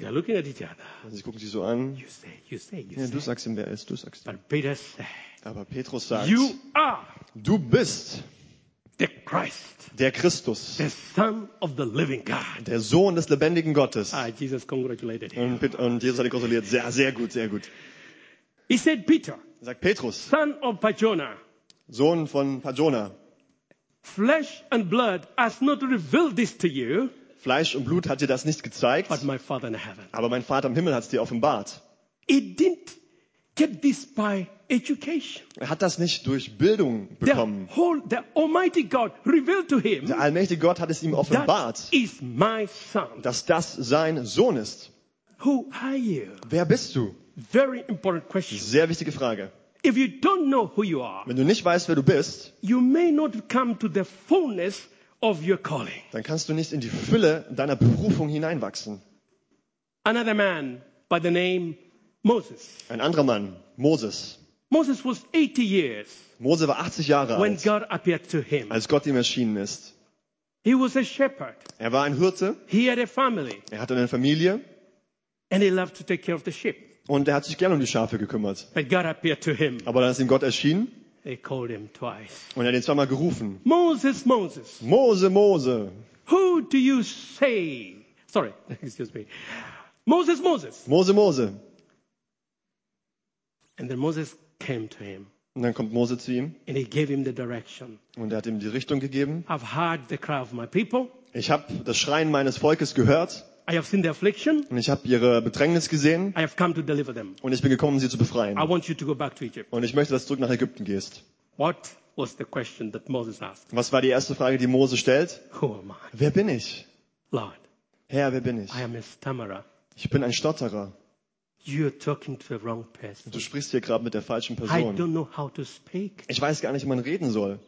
[SPEAKER 1] They're looking at each other.
[SPEAKER 2] Und sie gucken sich so an.
[SPEAKER 1] You say, you say, you
[SPEAKER 2] Ja,
[SPEAKER 1] say.
[SPEAKER 2] du sagst ihm, wer er ist, du sagst ihm.
[SPEAKER 1] But Peter said,
[SPEAKER 2] Aber Petrus sagt,
[SPEAKER 1] You are
[SPEAKER 2] du bist
[SPEAKER 1] the Christ,
[SPEAKER 2] der Christus,
[SPEAKER 1] the Son of the living God.
[SPEAKER 2] der Sohn des lebendigen Gottes.
[SPEAKER 1] Ah, Jesus congratulated him.
[SPEAKER 2] Und, Pet- und Jesus hat ihn kontrolliert. Sehr, sehr gut, sehr gut.
[SPEAKER 1] He said, Peter,
[SPEAKER 2] Er sagt Petrus,
[SPEAKER 1] son of Pajona,
[SPEAKER 2] Sohn von Pajona.
[SPEAKER 1] flesh and blood has not revealed this to you,
[SPEAKER 2] Fleisch und Blut hat dir das nicht gezeigt,
[SPEAKER 1] but my Father in heaven.
[SPEAKER 2] aber mein Vater im Himmel hat es dir offenbart.
[SPEAKER 1] He didn't get this by education.
[SPEAKER 2] Er hat das nicht durch Bildung
[SPEAKER 1] The
[SPEAKER 2] bekommen.
[SPEAKER 1] whole, the Almighty God revealed to him
[SPEAKER 2] Der allmächtige Gott hat es ihm
[SPEAKER 1] that
[SPEAKER 2] offenbart,
[SPEAKER 1] is my son.
[SPEAKER 2] dass das sein Sohn ist.
[SPEAKER 1] Who are you?
[SPEAKER 2] Wer bist du?
[SPEAKER 1] Very important question.
[SPEAKER 2] Sehr wichtige Frage.
[SPEAKER 1] If you don't know who you are,
[SPEAKER 2] Wenn du nicht weißt, wer du bist,
[SPEAKER 1] you may not come to the fullness of your calling.
[SPEAKER 2] dann kannst du nicht in die Fülle deiner Berufung hineinwachsen.
[SPEAKER 1] Another man by the name Moses.
[SPEAKER 2] Ein anderer Mann, Moses.
[SPEAKER 1] Moses was 80 years
[SPEAKER 2] Mose war 80 Jahre
[SPEAKER 1] when
[SPEAKER 2] alt,
[SPEAKER 1] God appeared to him.
[SPEAKER 2] als Gott ihm erschienen ist.
[SPEAKER 1] He was a shepherd.
[SPEAKER 2] Er war ein Hirte,
[SPEAKER 1] He had a family
[SPEAKER 2] er hatte eine Familie
[SPEAKER 1] and he loved to take care of the sheep.
[SPEAKER 2] und er hat sich gerne um die Schafe gekümmert.
[SPEAKER 1] But God appeared to him.
[SPEAKER 2] Aber dann ist ihm Gott erschienen
[SPEAKER 1] They called him twice.
[SPEAKER 2] und er hat ihn zweimal gerufen.
[SPEAKER 1] Moses, Moses,
[SPEAKER 2] Mose, Mose,
[SPEAKER 1] who do you say? Sorry, (laughs) excuse me. Moses, Moses.
[SPEAKER 2] Mose, Mose.
[SPEAKER 1] And then Moses came to him
[SPEAKER 2] Und dann kommt Mose zu ihm
[SPEAKER 1] and he gave him the direction.
[SPEAKER 2] und er hat ihm die Richtung gegeben.
[SPEAKER 1] I've heard the cry of my people.
[SPEAKER 2] Ich habe das Schreien meines Volkes gehört
[SPEAKER 1] I have seen the affliction.
[SPEAKER 2] und ich habe ihre Bedrängnis gesehen
[SPEAKER 1] I have come to deliver them.
[SPEAKER 2] und ich bin gekommen, um sie zu
[SPEAKER 1] I
[SPEAKER 2] befreien.
[SPEAKER 1] want you to go back to Egypt.
[SPEAKER 2] Und ich möchte, dass du zurück nach Ägypten gehst.
[SPEAKER 1] What was the question that Moses asked?
[SPEAKER 2] Was war die erste Frage, die Mose stellt?
[SPEAKER 1] Who am I?
[SPEAKER 2] Wer bin ich?
[SPEAKER 1] Lord,
[SPEAKER 2] Herr, wer bin ich?
[SPEAKER 1] I am a stammerer.
[SPEAKER 2] Ich bin ein Stotterer.
[SPEAKER 1] You're talking to the wrong person.
[SPEAKER 2] Du sprichst hier gerade mit der falschen
[SPEAKER 1] I
[SPEAKER 2] Person.
[SPEAKER 1] don't know how to speak.
[SPEAKER 2] Ich weiß gar nicht, wie man reden soll.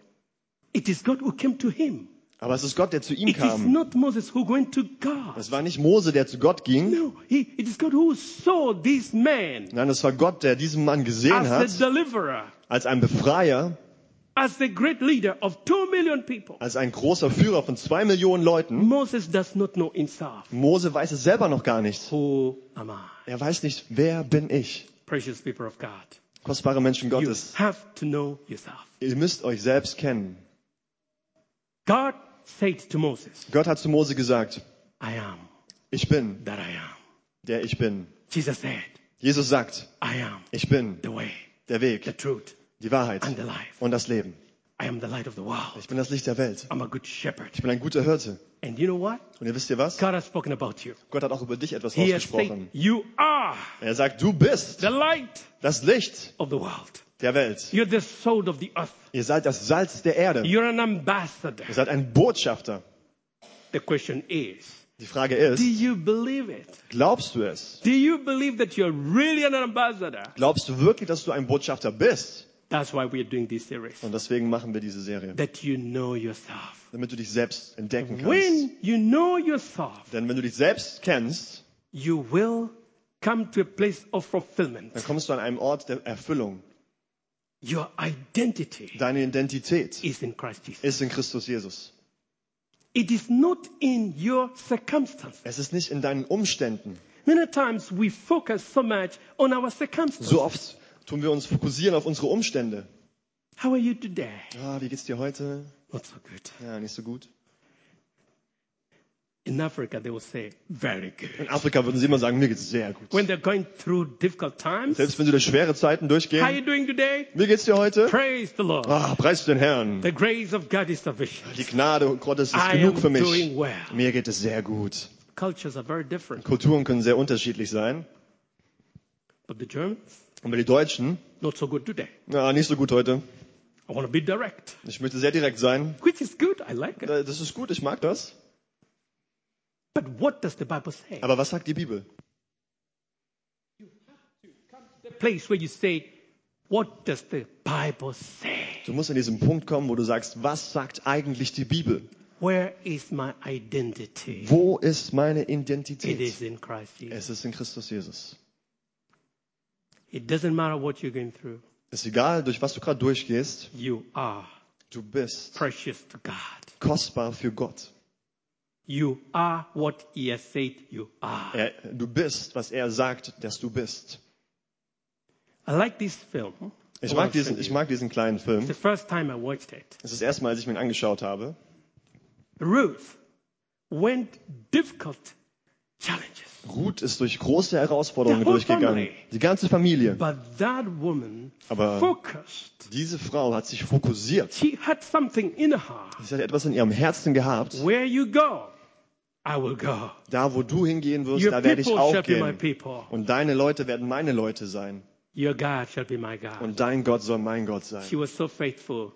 [SPEAKER 1] It is God who came to him.
[SPEAKER 2] Aber es ist Gott, der zu ihm
[SPEAKER 1] It is
[SPEAKER 2] kam.
[SPEAKER 1] not Moses who went to God.
[SPEAKER 2] Es war nicht Mose, der zu Gott ging.
[SPEAKER 1] No, he, it is God who saw this man
[SPEAKER 2] Nein, es war Gott, der diesen Mann gesehen
[SPEAKER 1] as
[SPEAKER 2] hat,
[SPEAKER 1] a deliverer.
[SPEAKER 2] als einen Befreier.
[SPEAKER 1] As the great leader of two million people,
[SPEAKER 2] Als ein großer Führer von zwei Millionen Leuten,
[SPEAKER 1] Moses does not know himself.
[SPEAKER 2] Mose weiß es selber noch gar nicht.
[SPEAKER 1] Who am I?
[SPEAKER 2] Er weiß nicht, wer bin ich?
[SPEAKER 1] Precious people of God.
[SPEAKER 2] Kostbare Menschen
[SPEAKER 1] You
[SPEAKER 2] Gottes,
[SPEAKER 1] have to know yourself.
[SPEAKER 2] ihr müsst euch selbst kennen.
[SPEAKER 1] God said to Moses,
[SPEAKER 2] Gott hat zu Mose gesagt,
[SPEAKER 1] I am
[SPEAKER 2] ich bin,
[SPEAKER 1] that I am.
[SPEAKER 2] der ich bin.
[SPEAKER 1] Jesus said,
[SPEAKER 2] Jesus sagt,
[SPEAKER 1] I am
[SPEAKER 2] ich bin
[SPEAKER 1] the way, the
[SPEAKER 2] der Weg,
[SPEAKER 1] truth,
[SPEAKER 2] die Wahrheit
[SPEAKER 1] and the life.
[SPEAKER 2] und das Leben.
[SPEAKER 1] I am the light of the world.
[SPEAKER 2] Ich bin das Licht der Welt.
[SPEAKER 1] I'm a good shepherd.
[SPEAKER 2] Ich bin ein guter Hirte.
[SPEAKER 1] And you know what?
[SPEAKER 2] Und ihr wisst ihr was?
[SPEAKER 1] God has spoken about you.
[SPEAKER 2] Gott hat auch über dich etwas
[SPEAKER 1] He has said,
[SPEAKER 2] ausgesprochen.
[SPEAKER 1] You are
[SPEAKER 2] Er sagt, du bist
[SPEAKER 1] the light
[SPEAKER 2] das Licht
[SPEAKER 1] of the world.
[SPEAKER 2] der Welt.
[SPEAKER 1] You're the salt of the earth.
[SPEAKER 2] Ihr seid das Salz der Erde. Ihr
[SPEAKER 1] You're an ambassador.
[SPEAKER 2] seid ein Botschafter.
[SPEAKER 1] The question is
[SPEAKER 2] Die Frage
[SPEAKER 1] Do
[SPEAKER 2] ist,
[SPEAKER 1] you believe it?
[SPEAKER 2] glaubst du es?
[SPEAKER 1] Do you believe that you're really an ambassador?
[SPEAKER 2] Glaubst du wirklich, dass du ein Botschafter bist?
[SPEAKER 1] That's why we are doing this series.
[SPEAKER 2] Und deswegen machen wir diese Serie,
[SPEAKER 1] That you know yourself.
[SPEAKER 2] damit du dich selbst entdecken kannst.
[SPEAKER 1] When you know yourself,
[SPEAKER 2] Denn wenn du dich selbst kennst,
[SPEAKER 1] you will come to a place of fulfillment.
[SPEAKER 2] dann kommst du an einem Ort der Erfüllung.
[SPEAKER 1] Your identity
[SPEAKER 2] Deine Identität
[SPEAKER 1] is in Christ Jesus.
[SPEAKER 2] ist in Christus Jesus.
[SPEAKER 1] It is not in your circumstances.
[SPEAKER 2] Es ist nicht in deinen Umständen.
[SPEAKER 1] Many times we focus so much on our circumstances.
[SPEAKER 2] So oft tun wir uns fokussieren auf unsere Umstände.
[SPEAKER 1] How are you today?
[SPEAKER 2] Ah, wie geht's dir heute?
[SPEAKER 1] Not so good.
[SPEAKER 2] Ja, nicht so gut.
[SPEAKER 1] In Africa, they will say, very good.
[SPEAKER 2] In Afrika würden sie immer sagen, mir geht's sehr gut.
[SPEAKER 1] When they're going through difficult times,
[SPEAKER 2] Selbst wenn sie durch schwere Zeiten
[SPEAKER 1] how are you
[SPEAKER 2] durchgehen,
[SPEAKER 1] doing today?
[SPEAKER 2] wie geht's dir heute?
[SPEAKER 1] Praise the Lord.
[SPEAKER 2] Ah, preis den Herrn.
[SPEAKER 1] The grace of God is sufficient.
[SPEAKER 2] Die Gnade Gottes ist
[SPEAKER 1] I
[SPEAKER 2] genug
[SPEAKER 1] am
[SPEAKER 2] für mich.
[SPEAKER 1] doing well.
[SPEAKER 2] Mir geht es sehr gut.
[SPEAKER 1] Cultures are very different.
[SPEAKER 2] Kulturen können sehr unterschiedlich sein.
[SPEAKER 1] But the Germans,
[SPEAKER 2] Aber die Deutschen,
[SPEAKER 1] not so good today.
[SPEAKER 2] na, nicht so gut heute.
[SPEAKER 1] I want to be direct,
[SPEAKER 2] Ich möchte sehr direkt sein.
[SPEAKER 1] which is good. I like it.
[SPEAKER 2] Äh, Das ist gut, ich mag das.
[SPEAKER 1] But what does the Bible say?
[SPEAKER 2] Aber was sagt die Bibel?
[SPEAKER 1] The place where you say, what does the Bible say?
[SPEAKER 2] Du musst an diesen Punkt kommen, wo du sagst, was sagt eigentlich die Bibel?
[SPEAKER 1] Where is my identity?
[SPEAKER 2] Wo ist meine
[SPEAKER 1] It
[SPEAKER 2] Identität?
[SPEAKER 1] is in Christ Jesus.
[SPEAKER 2] Es ist in Christus Jesus.
[SPEAKER 1] It doesn't matter what you're going through.
[SPEAKER 2] Ist egal, durch was du gerade durchgehst,
[SPEAKER 1] You are
[SPEAKER 2] du bist
[SPEAKER 1] precious to God.
[SPEAKER 2] kostbar für Gott.
[SPEAKER 1] You are what He has said you are.
[SPEAKER 2] Er, du bist, was er sagt, dass du bist.
[SPEAKER 1] I like this film.
[SPEAKER 2] Oh, Ich mag diesen, ich mag diesen kleinen
[SPEAKER 1] It's
[SPEAKER 2] Film.
[SPEAKER 1] the first time I watched it.
[SPEAKER 2] Es ist das erste Mal, als ich mir ihn angeschaut habe.
[SPEAKER 1] Ruth went difficult challenges,
[SPEAKER 2] Ruth ist durch große Herausforderungen
[SPEAKER 1] The whole
[SPEAKER 2] durchgegangen.
[SPEAKER 1] family.
[SPEAKER 2] Die ganze Familie.
[SPEAKER 1] but that woman
[SPEAKER 2] Aber-
[SPEAKER 1] focused.
[SPEAKER 2] Diese Frau hat sich fokussiert.
[SPEAKER 1] She had something in her.
[SPEAKER 2] Sie hat etwas in ihrem Herzen gehabt.
[SPEAKER 1] Where you go, I will go.
[SPEAKER 2] Da, wo du hingehen wirst,
[SPEAKER 1] Your
[SPEAKER 2] da werde ich
[SPEAKER 1] people
[SPEAKER 2] auch
[SPEAKER 1] shall be my
[SPEAKER 2] gehen.
[SPEAKER 1] people.
[SPEAKER 2] Und deine Leute werden meine Leute sein.
[SPEAKER 1] Your God shall be my God.
[SPEAKER 2] Und dein Gott soll mein Gott sein.
[SPEAKER 1] She was so faithful,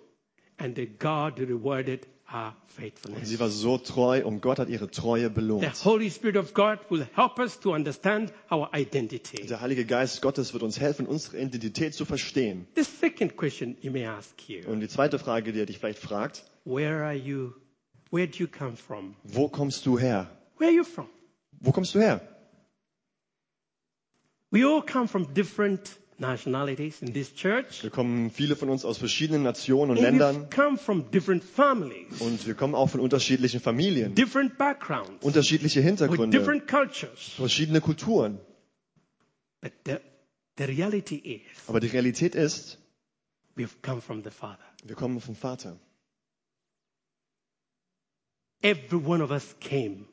[SPEAKER 1] and the God rewarded her
[SPEAKER 2] Und
[SPEAKER 1] faithfulness.
[SPEAKER 2] sie war so treu und Gott hat ihre Treue
[SPEAKER 1] The
[SPEAKER 2] belohnt.
[SPEAKER 1] Holy Spirit of God will help us to understand our identity.
[SPEAKER 2] Der Heilige Geist Gottes wird uns helfen, unsere Identität zu verstehen.
[SPEAKER 1] The second question you may ask here
[SPEAKER 2] Und die zweite Frage, die er dich vielleicht fragt,
[SPEAKER 1] Where are you? Where do you come from?
[SPEAKER 2] wo kommst du her?
[SPEAKER 1] Where are you from?
[SPEAKER 2] Wo kommst du her?
[SPEAKER 1] We all come from different nationalities in this church.
[SPEAKER 2] Wir kommen viele von uns aus verschiedenen Nationen und
[SPEAKER 1] And
[SPEAKER 2] Ländern
[SPEAKER 1] we come from different families,
[SPEAKER 2] und wir kommen auch von unterschiedlichen Familien,
[SPEAKER 1] different backgrounds,
[SPEAKER 2] unterschiedliche
[SPEAKER 1] with
[SPEAKER 2] Hintergründe,
[SPEAKER 1] different cultures.
[SPEAKER 2] verschiedene Kulturen.
[SPEAKER 1] But the, the reality is,
[SPEAKER 2] Aber die Realität ist,
[SPEAKER 1] we've come from the Father.
[SPEAKER 2] wir kommen vom Vater.
[SPEAKER 1] Every one of us came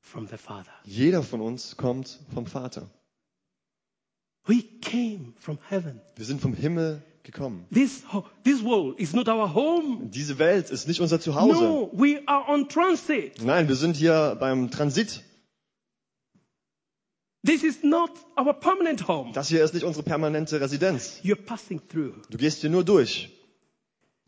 [SPEAKER 1] from the Father.
[SPEAKER 2] Jeder von uns kommt vom Vater.
[SPEAKER 1] We came from heaven.
[SPEAKER 2] Wir sind vom Himmel gekommen.
[SPEAKER 1] This, ho- this world is not our home.
[SPEAKER 2] Diese Welt ist nicht unser Zuhause.
[SPEAKER 1] No, we are on transit.
[SPEAKER 2] Nein, wir sind hier beim Transit.
[SPEAKER 1] This is not our permanent home.
[SPEAKER 2] Das hier ist nicht unsere permanente Residenz.
[SPEAKER 1] You're passing through.
[SPEAKER 2] Du gehst hier nur durch.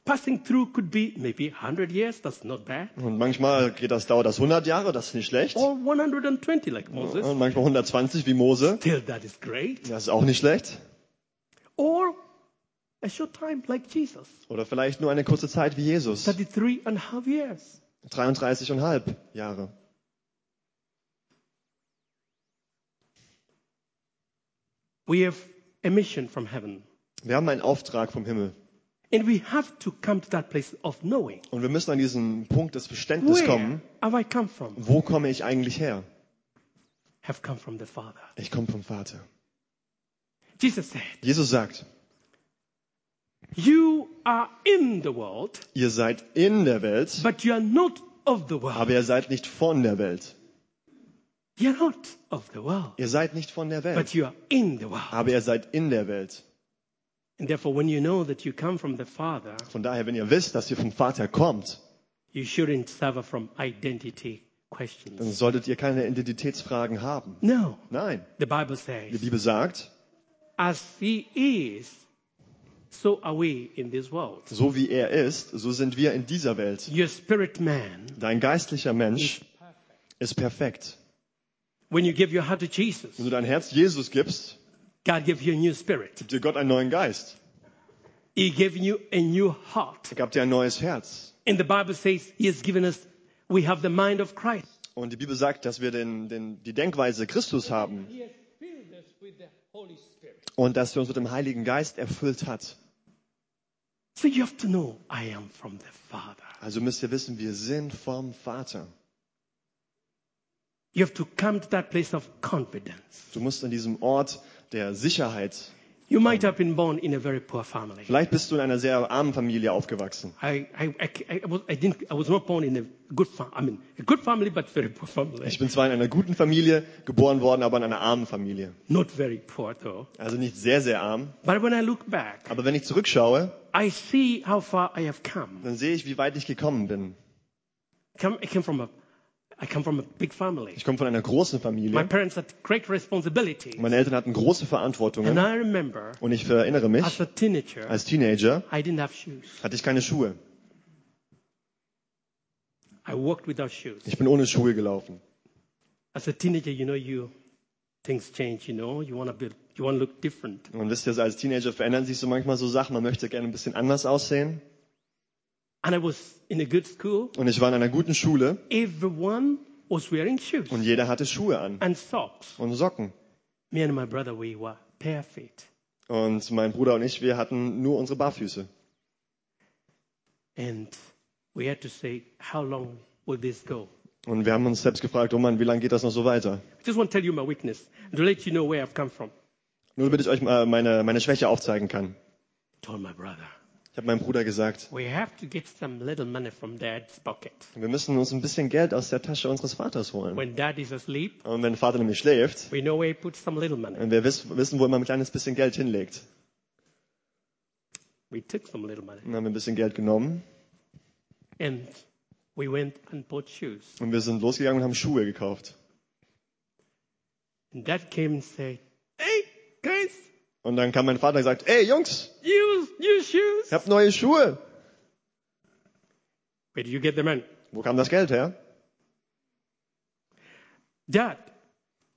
[SPEAKER 1] Passing through could be maybe 100 years, that's not bad.
[SPEAKER 2] Und manchmal geht das, dauert das 100 Jahre, das ist nicht schlecht.
[SPEAKER 1] Or 120 like Moses.
[SPEAKER 2] Und manchmal 120 wie Mose,
[SPEAKER 1] Still, that is great.
[SPEAKER 2] das ist auch nicht schlecht.
[SPEAKER 1] Or a short time like Jesus.
[SPEAKER 2] Oder vielleicht nur eine kurze Zeit wie Jesus.
[SPEAKER 1] 33 and a half years.
[SPEAKER 2] 33,5 Jahre.
[SPEAKER 1] We have a mission from heaven.
[SPEAKER 2] Wir haben einen Auftrag vom Himmel.
[SPEAKER 1] And we have to come to that place of knowing.
[SPEAKER 2] Und wir müssen an diesen Punkt des Verständnisses
[SPEAKER 1] Where
[SPEAKER 2] kommen.
[SPEAKER 1] have I come from?
[SPEAKER 2] Wo komme ich eigentlich her?
[SPEAKER 1] Have come from the Father.
[SPEAKER 2] Ich komme vom Vater.
[SPEAKER 1] Jesus said,
[SPEAKER 2] Jesus sagt,
[SPEAKER 1] You are in the world,
[SPEAKER 2] ihr seid in der Welt,
[SPEAKER 1] but you are not of the world.
[SPEAKER 2] aber ihr seid nicht von der Welt.
[SPEAKER 1] You are not of the world,
[SPEAKER 2] Ihr seid nicht von der Welt,
[SPEAKER 1] but you are in the world.
[SPEAKER 2] aber ihr seid in der Welt.
[SPEAKER 1] And therefore, when you know that you come from the Father,
[SPEAKER 2] Von daher, wenn ihr wisst, dass ihr vom Vater kommt,
[SPEAKER 1] you shouldn't suffer from identity
[SPEAKER 2] dann
[SPEAKER 1] questions.
[SPEAKER 2] solltet ihr keine Identitätsfragen haben.
[SPEAKER 1] No.
[SPEAKER 2] Nein,
[SPEAKER 1] The Bible
[SPEAKER 2] die
[SPEAKER 1] says,
[SPEAKER 2] Bibel sagt,
[SPEAKER 1] as he is, so are we in this world.
[SPEAKER 2] so wie er ist, so sind wir in dieser Welt.
[SPEAKER 1] Your spirit man,
[SPEAKER 2] Dein geistlicher Mensch ist perfekt.
[SPEAKER 1] when you give your heart to Jesus,
[SPEAKER 2] Wenn du dein Herz Jesus gibst,
[SPEAKER 1] God gives you a new spirit.
[SPEAKER 2] gibt dir Gott einen neuen Geist.
[SPEAKER 1] He gave you a new heart.
[SPEAKER 2] Er gab dir ein neues Herz.
[SPEAKER 1] And the Bible says he has given us, we have the mind of Christ.
[SPEAKER 2] Und die Bibel sagt, dass wir den, den, die Denkweise Christus haben
[SPEAKER 3] He has filled us with the Holy Spirit.
[SPEAKER 2] und dass er uns mit dem Heiligen Geist erfüllt hat.
[SPEAKER 1] So you have to know, I am from the Father.
[SPEAKER 2] Also müsst ihr wissen, wir sind vom Vater.
[SPEAKER 1] You have to come to that place of confidence.
[SPEAKER 2] Du musst an diesem Ort der Sicherheit.
[SPEAKER 1] You might have been born in a very poor family.
[SPEAKER 2] Vielleicht bist du in einer sehr armen Familie aufgewachsen.
[SPEAKER 1] I, I, I, I, was, I, didn't, I was not born in a good family. I mean, a good family, but very poor family.
[SPEAKER 2] Ich bin zwar in einer guten Familie geboren worden, aber in einer armen Familie.
[SPEAKER 1] Not very poor, though.
[SPEAKER 2] Also nicht sehr, sehr arm.
[SPEAKER 1] But when I look back,
[SPEAKER 2] Aber wenn ich zurückschaue,
[SPEAKER 1] I see how far I have come.
[SPEAKER 2] dann sehe ich, wie weit ich gekommen bin.
[SPEAKER 1] come I, came from a, I come from a big family.
[SPEAKER 2] Ich komme von einer großen
[SPEAKER 1] My
[SPEAKER 2] Familie.
[SPEAKER 1] parents had great responsibility.
[SPEAKER 2] Meine Eltern hatten große
[SPEAKER 1] And
[SPEAKER 2] Verantwortungen.
[SPEAKER 1] I remember,
[SPEAKER 2] Und ich erinnere
[SPEAKER 1] as
[SPEAKER 2] mich,
[SPEAKER 1] a teenager,
[SPEAKER 2] als Teenager
[SPEAKER 1] I didn't have shoes.
[SPEAKER 2] hatte ich keine Schuhe.
[SPEAKER 1] I walked without shoes.
[SPEAKER 2] Ich bin ohne Schuhe gelaufen.
[SPEAKER 1] As a teenager, you know, you things change. You know, you want to be, you want to look different.
[SPEAKER 2] Und wisst ihr, als Teenager verändern sich so manchmal so Sachen. Man möchte gerne ein bisschen anders aussehen.
[SPEAKER 1] And I was in a good school.
[SPEAKER 2] Und ich war in einer guten Schule
[SPEAKER 1] Everyone was wearing shoes
[SPEAKER 2] und jeder hatte Schuhe an
[SPEAKER 1] and socks.
[SPEAKER 2] und Socken.
[SPEAKER 1] Me and my brother, we were barefoot.
[SPEAKER 2] Und mein Bruder und ich, wir hatten nur unsere Barfüße.
[SPEAKER 1] And we had to say, how long will this go?
[SPEAKER 2] Und wir haben uns selbst gefragt, oh Mann, wie lange geht das noch so weiter?
[SPEAKER 1] I just want to tell you my weakness and to let you know where I've come from.
[SPEAKER 2] Nur damit ich euch mal äh, meine, meine Schwäche aufzeigen kann.
[SPEAKER 1] told my brother,
[SPEAKER 2] Ich habe meinem Bruder gesagt,
[SPEAKER 1] we have to get some little money from dad's pocket.
[SPEAKER 2] wir müssen uns ein bisschen Geld aus der Tasche unseres Vaters holen.
[SPEAKER 1] When dad is asleep,
[SPEAKER 2] Und wenn Vater nämlich schläft,
[SPEAKER 1] we know where he puts some little money.
[SPEAKER 2] dann wir wiss, wissen, wo er mal ein kleines bisschen Geld hinlegt.
[SPEAKER 1] We took some little money
[SPEAKER 2] Dann haben wir ein bisschen Geld genommen
[SPEAKER 1] and we went and bought shoes.
[SPEAKER 2] und wir sind losgegangen und haben Schuhe gekauft.
[SPEAKER 1] And dad came and said, Hey, guys,
[SPEAKER 2] Und dann kam mein Vater und gesagt, ey Jungs,
[SPEAKER 1] use your shoes.
[SPEAKER 2] ich hab neue Schuhe.
[SPEAKER 1] Where did you get the money?
[SPEAKER 2] Wo kam das Geld her?
[SPEAKER 1] Dad,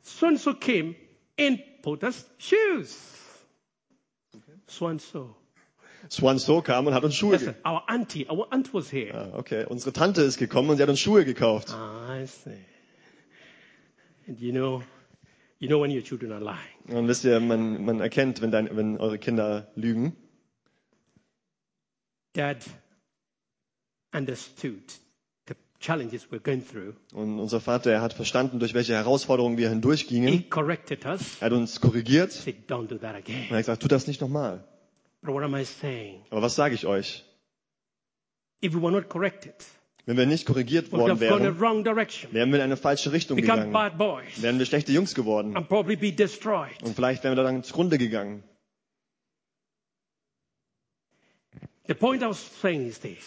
[SPEAKER 1] so and so came and bought us shoes. So and so.
[SPEAKER 2] Swan So kam und hat uns (laughs) Schuhe gekauft.
[SPEAKER 1] Our auntie, our aunt was here.
[SPEAKER 2] Ah, okay, unsere Tante ist gekommen und sie hat uns Schuhe gekauft.
[SPEAKER 1] I see. And you know, you know when your children are lying.
[SPEAKER 2] Und wisst ihr, man, man erkennt, wenn, dein, wenn eure Kinder lügen.
[SPEAKER 1] Dad understood the challenges we're going through.
[SPEAKER 2] Und unser Vater, er hat verstanden, durch welche Herausforderungen wir
[SPEAKER 1] He
[SPEAKER 2] hindurchgingen.
[SPEAKER 1] corrected us.
[SPEAKER 2] Er hat uns korrigiert
[SPEAKER 1] Said, don't do that
[SPEAKER 2] und
[SPEAKER 1] again.
[SPEAKER 2] er hat gesagt, tu das nicht nochmal.
[SPEAKER 1] But what am I saying?
[SPEAKER 2] Aber was sage ich euch?
[SPEAKER 1] If we were not corrected,
[SPEAKER 2] Wenn wir nicht
[SPEAKER 1] we
[SPEAKER 2] korrigiert
[SPEAKER 1] would
[SPEAKER 2] worden
[SPEAKER 1] have gone the
[SPEAKER 2] wären,
[SPEAKER 1] wrong direction,
[SPEAKER 2] wären wir in eine falsche Richtung
[SPEAKER 1] become
[SPEAKER 2] gegangen.
[SPEAKER 1] bad boys,
[SPEAKER 2] Wären wir schlechte Jungs geworden.
[SPEAKER 1] and probably be destroyed.
[SPEAKER 2] Und vielleicht wären wir dann zugrunde gegangen.
[SPEAKER 1] The point I was saying is this.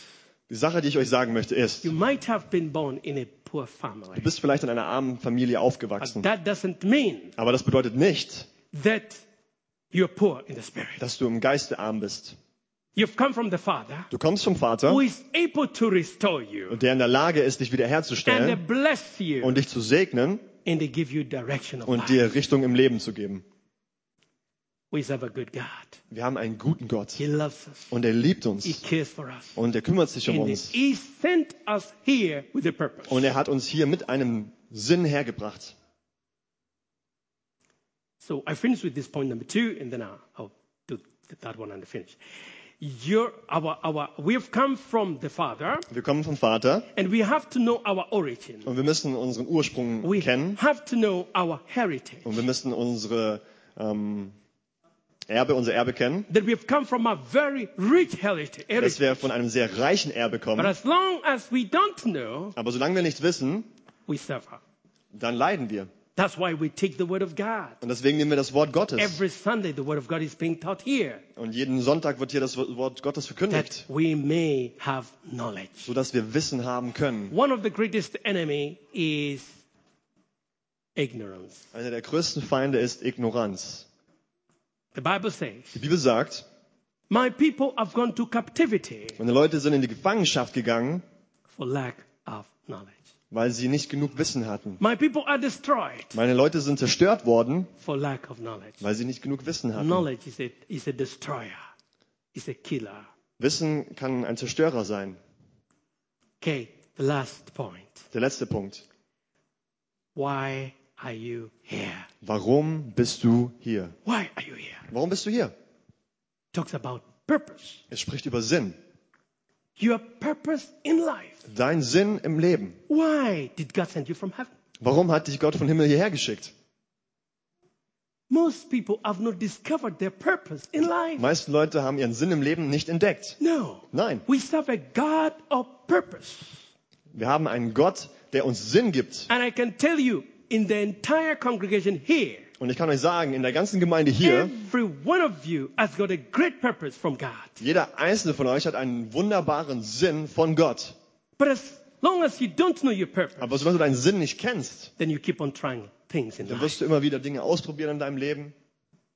[SPEAKER 2] Die Sache, die ich euch sagen möchte, ist,
[SPEAKER 1] You
[SPEAKER 2] du
[SPEAKER 1] might have been born in a poor family,
[SPEAKER 2] bist vielleicht in einer armen Familie
[SPEAKER 1] but
[SPEAKER 2] aufgewachsen.
[SPEAKER 1] that doesn't mean
[SPEAKER 2] Aber das bedeutet nicht,
[SPEAKER 1] that you're poor in the spirit.
[SPEAKER 2] dass du im Geiste arm bist.
[SPEAKER 1] You've come from the Father,
[SPEAKER 2] Du kommst vom Vater
[SPEAKER 1] who is able to restore you
[SPEAKER 2] und der in der Lage ist, dich
[SPEAKER 1] and to
[SPEAKER 2] wiederherzustellen
[SPEAKER 1] bless you
[SPEAKER 2] und dich zu segnen
[SPEAKER 1] and to give you direction of
[SPEAKER 2] und
[SPEAKER 1] life.
[SPEAKER 2] dir Richtung im Leben zu geben.
[SPEAKER 1] We serve a good God.
[SPEAKER 2] Wir haben einen guten Gott
[SPEAKER 1] He loves us.
[SPEAKER 2] und er liebt
[SPEAKER 1] He
[SPEAKER 2] uns
[SPEAKER 1] cares for us.
[SPEAKER 2] und er kümmert sich um
[SPEAKER 1] And
[SPEAKER 2] uns
[SPEAKER 1] He sent us here with a purpose.
[SPEAKER 2] und er hat uns hier mit einem Sinn hergebracht.
[SPEAKER 1] So I finish with this point number two, and then I'll, I'll do th- that one and finish. your, our, our, we've come from the Father
[SPEAKER 2] Wir kommen vom Vater
[SPEAKER 1] and we have to know our origin.
[SPEAKER 2] und wir müssen unseren Ursprung
[SPEAKER 1] We
[SPEAKER 2] kennen
[SPEAKER 1] have to know our heritage.
[SPEAKER 2] und wir müssen unsere ähm, Erbe, unser Erbe kennen,
[SPEAKER 1] That we've come from a very rich heritage.
[SPEAKER 2] dass
[SPEAKER 1] heritage.
[SPEAKER 2] wir von einem sehr reichen Erbe
[SPEAKER 1] But
[SPEAKER 2] kommen.
[SPEAKER 1] as long as we don't know,
[SPEAKER 2] Aber solange wir nicht wissen,
[SPEAKER 1] we suffer.
[SPEAKER 2] dann leiden wir.
[SPEAKER 1] That's why we take the Word of God.
[SPEAKER 2] Und deswegen nehmen wir das Wort Gottes.
[SPEAKER 1] Every Sunday, the Word of God is being taught here
[SPEAKER 2] Und jeden Sonntag wird hier das Wort Gottes
[SPEAKER 1] that
[SPEAKER 2] verkündigt,
[SPEAKER 1] we may have knowledge.
[SPEAKER 2] sodass wir Wissen haben können.
[SPEAKER 1] One of the greatest enemy is ignorance.
[SPEAKER 2] Einer der größten Feinde ist Ignoranz.
[SPEAKER 1] The Bible says,
[SPEAKER 2] Die Bibel sagt,
[SPEAKER 1] My people have gone to captivity
[SPEAKER 2] meine Leute sind in die Gefangenschaft gegangen,
[SPEAKER 1] for lack of knowledge.
[SPEAKER 2] weil sie nicht genug Wissen hatten.
[SPEAKER 1] My people are destroyed
[SPEAKER 2] Meine Leute sind zerstört worden,
[SPEAKER 1] for lack of knowledge.
[SPEAKER 2] weil sie nicht genug Wissen hatten.
[SPEAKER 1] Knowledge is a, is a destroyer, is a killer.
[SPEAKER 2] Wissen kann ein Zerstörer sein.
[SPEAKER 1] Okay, the last point.
[SPEAKER 2] Der letzte Punkt.
[SPEAKER 1] Why are you here?
[SPEAKER 2] Warum bist du hier?
[SPEAKER 1] Why are you here?
[SPEAKER 2] Warum bist du hier?
[SPEAKER 1] Talks about purpose.
[SPEAKER 2] Es spricht über Sinn.
[SPEAKER 1] Your purpose in life.
[SPEAKER 2] Dein Sinn im Leben.
[SPEAKER 1] Why did God send you from heaven?
[SPEAKER 2] Warum hat dich Gott vom Himmel hierher geschickt?
[SPEAKER 1] Most people have not discovered their purpose in
[SPEAKER 2] Die
[SPEAKER 1] life.
[SPEAKER 2] meisten Leute haben ihren Sinn im Leben nicht entdeckt.
[SPEAKER 1] No.
[SPEAKER 2] Nein,
[SPEAKER 1] We serve a God of purpose.
[SPEAKER 2] wir haben einen Gott, der uns Sinn gibt.
[SPEAKER 1] And I can tell you, in the entire congregation here,
[SPEAKER 2] Und ich kann euch sagen, in der ganzen Gemeinde hier,
[SPEAKER 1] every one of you has got a great purpose from God.
[SPEAKER 2] jeder einzelne von euch hat einen wunderbaren Sinn von Gott.
[SPEAKER 1] But as long as you don't know your purpose,
[SPEAKER 2] Aber solange du deinen Sinn nicht kennst,
[SPEAKER 1] then you keep on trying things in
[SPEAKER 2] dann
[SPEAKER 1] life.
[SPEAKER 2] wirst du immer wieder Dinge ausprobieren in deinem Leben.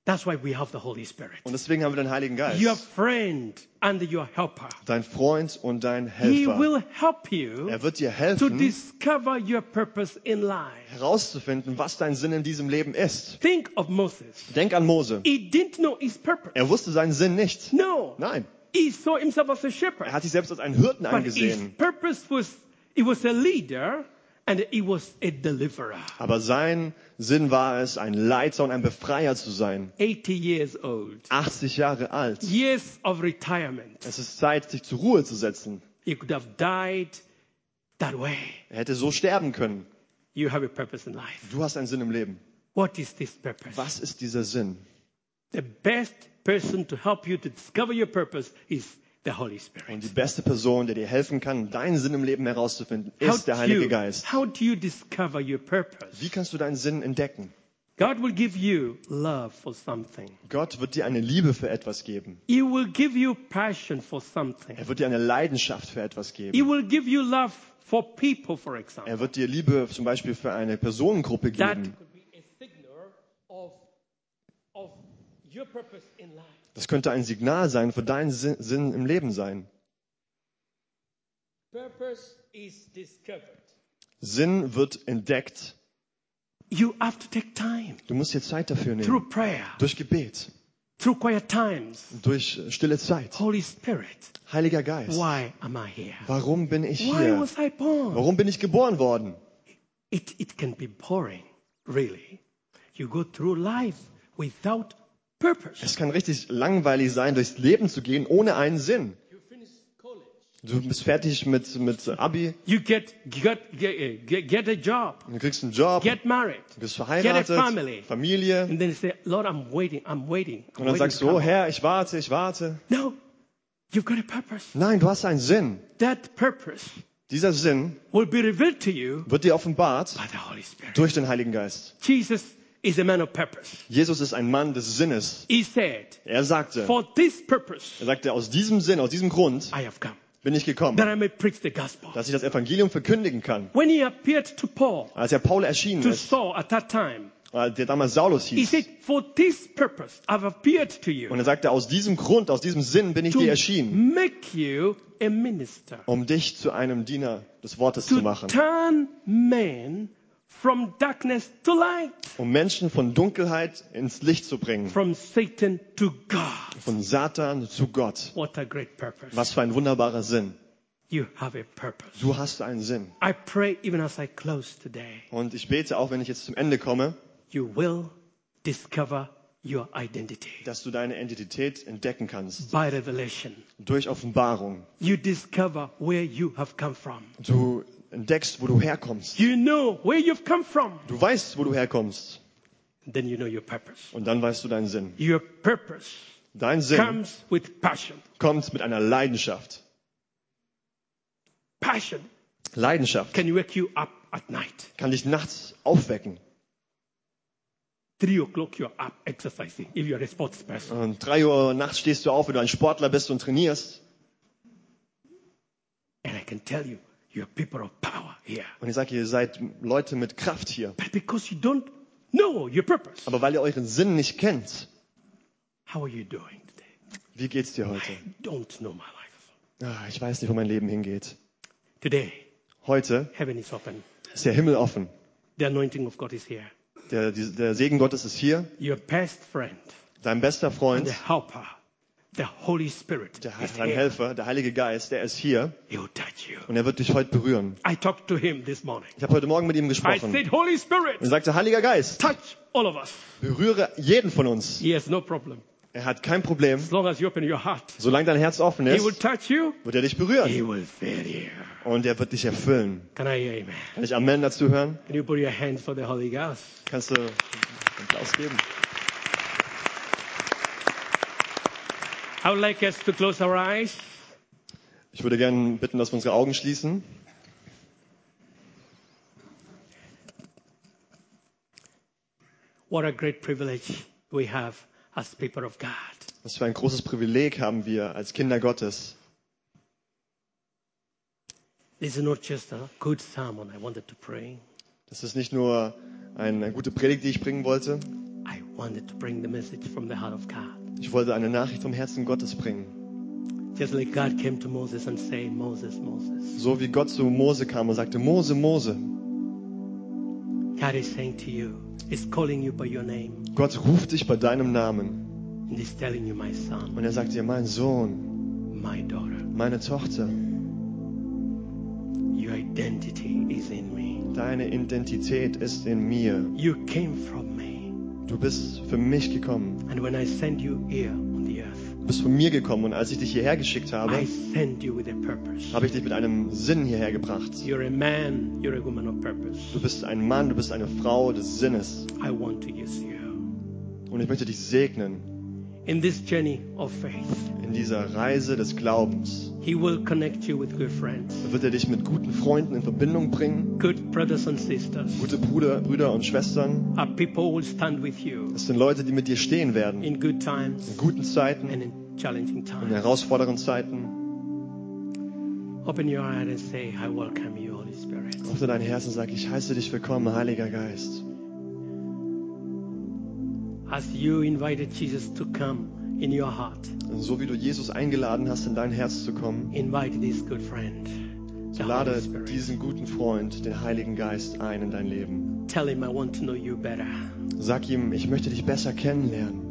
[SPEAKER 1] That's why we have the Holy Spirit.
[SPEAKER 2] Und deswegen haben wir den Heiligen
[SPEAKER 1] Your
[SPEAKER 2] Geist.
[SPEAKER 1] friend and your helper.
[SPEAKER 2] Dein Freund und dein
[SPEAKER 1] He
[SPEAKER 2] Helfer.
[SPEAKER 1] will help you
[SPEAKER 2] Er wird dir
[SPEAKER 1] to
[SPEAKER 2] helfen,
[SPEAKER 1] discover your purpose in life.
[SPEAKER 2] herauszufinden, was dein Sinn in diesem Leben ist.
[SPEAKER 1] Think of Moses.
[SPEAKER 2] Denk an Mose.
[SPEAKER 1] He didn't know his purpose.
[SPEAKER 2] Er wusste seinen Sinn nicht.
[SPEAKER 1] No.
[SPEAKER 2] Nein,
[SPEAKER 1] He saw himself as a
[SPEAKER 2] er
[SPEAKER 1] shepherd.
[SPEAKER 2] hat sich selbst als einen Hirten
[SPEAKER 1] But his
[SPEAKER 2] angesehen.
[SPEAKER 1] purpose was, he was a leader and he was a deliverer.
[SPEAKER 2] Aber sein Sinn war es, ein Leiter und ein Befreier zu sein.
[SPEAKER 1] 80 years old.
[SPEAKER 2] 80 Jahre alt.
[SPEAKER 1] Years of retirement.
[SPEAKER 2] Es ist Zeit, sich zur Ruhe zu setzen.
[SPEAKER 1] He could have died that way.
[SPEAKER 2] Er hätte so sterben können.
[SPEAKER 1] You have a purpose in life.
[SPEAKER 2] Du hast einen Sinn im Leben.
[SPEAKER 1] What is this purpose?
[SPEAKER 2] Was ist dieser Sinn?
[SPEAKER 1] The best person to help you to discover your purpose is the Holy Spirit.
[SPEAKER 2] Und die beste Person, der dir helfen kann, deinen Sinn im Leben herauszufinden, ist der
[SPEAKER 1] do you,
[SPEAKER 2] Heilige Geist.
[SPEAKER 1] how do you discover your purpose?
[SPEAKER 2] Wie kannst du deinen Sinn entdecken?
[SPEAKER 1] God will give you love for something.
[SPEAKER 2] Gott wird dir eine Liebe für etwas geben.
[SPEAKER 1] He will give you passion for something.
[SPEAKER 2] Er wird dir eine Leidenschaft für etwas
[SPEAKER 1] He
[SPEAKER 2] geben.
[SPEAKER 1] will give you love for people, for
[SPEAKER 2] Er
[SPEAKER 1] example.
[SPEAKER 2] wird dir Liebe zum Beispiel für eine Personengruppe
[SPEAKER 1] That
[SPEAKER 2] geben.
[SPEAKER 3] Could be a signal of, of your purpose in life.
[SPEAKER 2] Das könnte ein Signal sein für deinen Sin- Sinn im Leben sein.
[SPEAKER 3] Purpose is discovered.
[SPEAKER 2] Sinn wird entdeckt.
[SPEAKER 1] you have to take time
[SPEAKER 2] Du musst dir Zeit dafür
[SPEAKER 1] through
[SPEAKER 2] nehmen.
[SPEAKER 1] prayer,
[SPEAKER 2] Durch Gebet,
[SPEAKER 1] through quiet times.
[SPEAKER 2] durch stille Zeit.
[SPEAKER 1] Holy Spirit,
[SPEAKER 2] Heiliger Geist,
[SPEAKER 1] why am I here?
[SPEAKER 2] warum bin ich
[SPEAKER 1] Why
[SPEAKER 2] hier?
[SPEAKER 1] was I born?
[SPEAKER 2] Warum bin ich geboren worden?
[SPEAKER 1] It, it can be boring, really. You go through life without purpose.
[SPEAKER 2] Es kann richtig langweilig sein, durchs Leben zu gehen ohne einen Sinn.
[SPEAKER 3] You finish college.
[SPEAKER 2] Du bist fertig mit, mit Abi,
[SPEAKER 1] You get, get, get, get- get a job,
[SPEAKER 2] du kriegst einen Job, du
[SPEAKER 1] get married,
[SPEAKER 2] bist
[SPEAKER 1] get a family.
[SPEAKER 2] verheiratet, Familie.
[SPEAKER 1] and then you say, Lord, I'm waiting, I'm waiting. I'm
[SPEAKER 2] Und dann
[SPEAKER 1] waiting
[SPEAKER 2] sagst
[SPEAKER 1] to
[SPEAKER 2] du, oh
[SPEAKER 1] come home."
[SPEAKER 2] Herr, ich warte, ich warte.
[SPEAKER 1] No, you've got a purpose.
[SPEAKER 2] Nein, du hast einen Sinn.
[SPEAKER 1] That purpose
[SPEAKER 2] Dieser Sinn
[SPEAKER 1] will be revealed to you
[SPEAKER 2] wird dir offenbart
[SPEAKER 1] by the Holy Spirit.
[SPEAKER 2] durch den Heiligen Geist.
[SPEAKER 1] Jesus is a man of purpose.
[SPEAKER 2] Jesus ist ein Mann des Sinnes.
[SPEAKER 1] He said,
[SPEAKER 2] Er sagte,
[SPEAKER 1] For this purpose
[SPEAKER 2] er sagte, aus diesem Sinn, aus diesem Grund
[SPEAKER 1] I have come,
[SPEAKER 2] bin ich
[SPEAKER 1] that
[SPEAKER 2] gekommen,
[SPEAKER 1] I may preach the gospel.
[SPEAKER 2] dass ich das Evangelium verkündigen kann.
[SPEAKER 1] When he appeared to Paul,
[SPEAKER 2] Als er Paul erschienen
[SPEAKER 1] to
[SPEAKER 2] ist,
[SPEAKER 1] Saul at that time,
[SPEAKER 2] äh, der damals Saulus
[SPEAKER 1] He
[SPEAKER 2] hieß,
[SPEAKER 1] said, For this purpose I've appeared to
[SPEAKER 2] und
[SPEAKER 1] you
[SPEAKER 2] er sagte, aus diesem Grund, aus diesem Sinn bin ich dir
[SPEAKER 1] to
[SPEAKER 2] erschienen,
[SPEAKER 1] make you a minister,
[SPEAKER 2] um dich zu einem Diener des Wortes zu
[SPEAKER 1] to
[SPEAKER 2] machen,
[SPEAKER 1] turn men from darkness to light,
[SPEAKER 2] um Menschen von Dunkelheit ins Licht zu bringen,
[SPEAKER 1] from Satan to God.
[SPEAKER 2] von Satan zu Gott.
[SPEAKER 1] What a great purpose.
[SPEAKER 2] Was für ein wunderbarer Sinn.
[SPEAKER 1] You have a purpose.
[SPEAKER 2] Du hast einen Sinn.
[SPEAKER 1] I pray even as I close today,
[SPEAKER 2] Und ich bete auch, wenn ich jetzt zum Ende komme,
[SPEAKER 1] you will discover your identity
[SPEAKER 2] dass du deine Identität entdecken kannst.
[SPEAKER 1] by revelation.
[SPEAKER 2] Durch Offenbarung.
[SPEAKER 1] You discover where you have come from.
[SPEAKER 2] Du entdeckst, wo du herkommst.
[SPEAKER 1] You know where you've come from.
[SPEAKER 2] Du weißt, wo du herkommst.
[SPEAKER 1] Then you know your purpose.
[SPEAKER 2] Und dann weißt du deinen Sinn.
[SPEAKER 1] Your purpose
[SPEAKER 2] Dein Sinn
[SPEAKER 1] comes with passion.
[SPEAKER 2] kommt mit einer Leidenschaft.
[SPEAKER 1] Passion
[SPEAKER 2] Leidenschaft
[SPEAKER 1] can wake you up at night.
[SPEAKER 2] kann dich nachts aufwecken.
[SPEAKER 1] Three o'clock, you're up exercising if you're a sports person.
[SPEAKER 2] Um drei Uhr nachts stehst du auf, wenn du ein Sportler bist und trainierst.
[SPEAKER 1] And I can tell you, you're people of power here.
[SPEAKER 2] Und ich sage, ihr seid Leute mit Kraft hier.
[SPEAKER 1] But because you don't know your purpose,
[SPEAKER 2] Aber weil ihr euren Sinn nicht kennt,
[SPEAKER 1] how are you doing today?
[SPEAKER 2] wie geht's dir heute?
[SPEAKER 1] Don't know my life.
[SPEAKER 2] Ah, ich weiß nicht, wo mein Leben hingeht.
[SPEAKER 1] Today,
[SPEAKER 2] Heute
[SPEAKER 1] heaven is open.
[SPEAKER 2] ist der Himmel offen.
[SPEAKER 1] The anointing of God is here.
[SPEAKER 2] Der, die, der Segen Gottes ist hier.
[SPEAKER 1] Your best friend,
[SPEAKER 2] Dein bester Freund,
[SPEAKER 1] the helper, the Holy Spirit
[SPEAKER 2] der,
[SPEAKER 1] is
[SPEAKER 2] dein
[SPEAKER 1] here.
[SPEAKER 2] Helfer, der Heilige Geist, der ist hier
[SPEAKER 1] He will touch you.
[SPEAKER 2] und er wird dich heute berühren.
[SPEAKER 1] I talked to him this morning.
[SPEAKER 2] Ich habe heute Morgen mit ihm
[SPEAKER 1] I
[SPEAKER 2] gesprochen
[SPEAKER 1] said,
[SPEAKER 2] und
[SPEAKER 1] Holy Spirit,
[SPEAKER 2] sagte, Heiliger Geist,
[SPEAKER 1] touch all of us.
[SPEAKER 2] berühre jeden von uns.
[SPEAKER 1] He has no problem.
[SPEAKER 2] Er hat kein Problem.
[SPEAKER 1] As long as you open your heart,
[SPEAKER 2] Solange dein Herz offen
[SPEAKER 1] he will
[SPEAKER 2] ist,
[SPEAKER 1] touch you.
[SPEAKER 2] wird er dich
[SPEAKER 1] He
[SPEAKER 2] berühren
[SPEAKER 1] will fill you.
[SPEAKER 2] und er wird dich erfüllen.
[SPEAKER 1] Can I hear amen?
[SPEAKER 2] Kann ich Amen dazu hören?
[SPEAKER 1] Can you put your hands for the Holy Ghost?
[SPEAKER 2] Kannst du einen Applaus geben?
[SPEAKER 1] I would like us to close our eyes.
[SPEAKER 2] Ich würde gerne bitten, dass wir unsere Augen schließen.
[SPEAKER 1] What a great privilege we have as people of God.
[SPEAKER 2] Was für ein großes Privileg haben wir als Kinder Gottes.
[SPEAKER 1] This is not just a good sermon I wanted to pray.
[SPEAKER 2] Das ist nicht nur eine gute Predigt, die ich bringen wollte.
[SPEAKER 1] I wanted to bring the message from the heart of God.
[SPEAKER 2] Ich wollte eine Nachricht vom Herzen Gottes bringen.
[SPEAKER 1] Just like God came to Moses and said, Moses, Moses.
[SPEAKER 2] So wie Gott zu Mose kam und sagte, Mose, Mose.
[SPEAKER 1] God is saying to you, He's calling you by your name.
[SPEAKER 2] Gott ruft dich bei deinem Namen.
[SPEAKER 1] And He's telling you, my son,
[SPEAKER 2] Und er sagt dir, mein Sohn,
[SPEAKER 1] my daughter,
[SPEAKER 2] meine Tochter,
[SPEAKER 1] your identity is in me.
[SPEAKER 2] deine Identität ist in mir.
[SPEAKER 1] You came from me.
[SPEAKER 2] Du bist für mich gekommen.
[SPEAKER 1] And when I send you here on the earth,
[SPEAKER 2] Du bist von mir gekommen. Und als ich dich hierher geschickt
[SPEAKER 1] I
[SPEAKER 2] habe,
[SPEAKER 1] send you with a purpose.
[SPEAKER 2] habe ich dich mit einem Sinn hierher gebracht.
[SPEAKER 1] You're a man, you're a woman of purpose.
[SPEAKER 2] Du bist ein Mann, du bist eine Frau des Sinnes.
[SPEAKER 1] I want to use you.
[SPEAKER 2] Und ich möchte dich segnen
[SPEAKER 1] In this journey of faith,
[SPEAKER 2] in dieser Reise des Glaubens.
[SPEAKER 1] He will connect you with good friends,
[SPEAKER 2] Da wird er dich mit guten Freunden in Verbindung bringen.
[SPEAKER 1] good brothers and sisters.
[SPEAKER 2] Gute Bruder, Brüder und Schwestern.
[SPEAKER 1] Our people will stand with you
[SPEAKER 2] Das sind Leute, die mit dir stehen werden. In
[SPEAKER 1] in good times
[SPEAKER 2] guten Zeiten,
[SPEAKER 1] and in challenging
[SPEAKER 2] in
[SPEAKER 1] times.
[SPEAKER 2] herausfordernden Zeiten.
[SPEAKER 1] Open your heart and say, I welcome you, Holy Spirit.
[SPEAKER 2] Öffne dein Herz und sag, ich heiße dich willkommen, Heiliger Geist.
[SPEAKER 1] As you invited Jesus to come in your heart,
[SPEAKER 2] Und so wie du Jesus eingeladen hast, in dein Herz zu kommen,
[SPEAKER 1] invite this good friend, the Holy
[SPEAKER 2] lade
[SPEAKER 1] Spirit.
[SPEAKER 2] diesen guten Freund, den Heiligen Geist, ein in dein Leben.
[SPEAKER 1] Tell him, I want to know you better.
[SPEAKER 2] Sag ihm, ich möchte dich besser kennenlernen.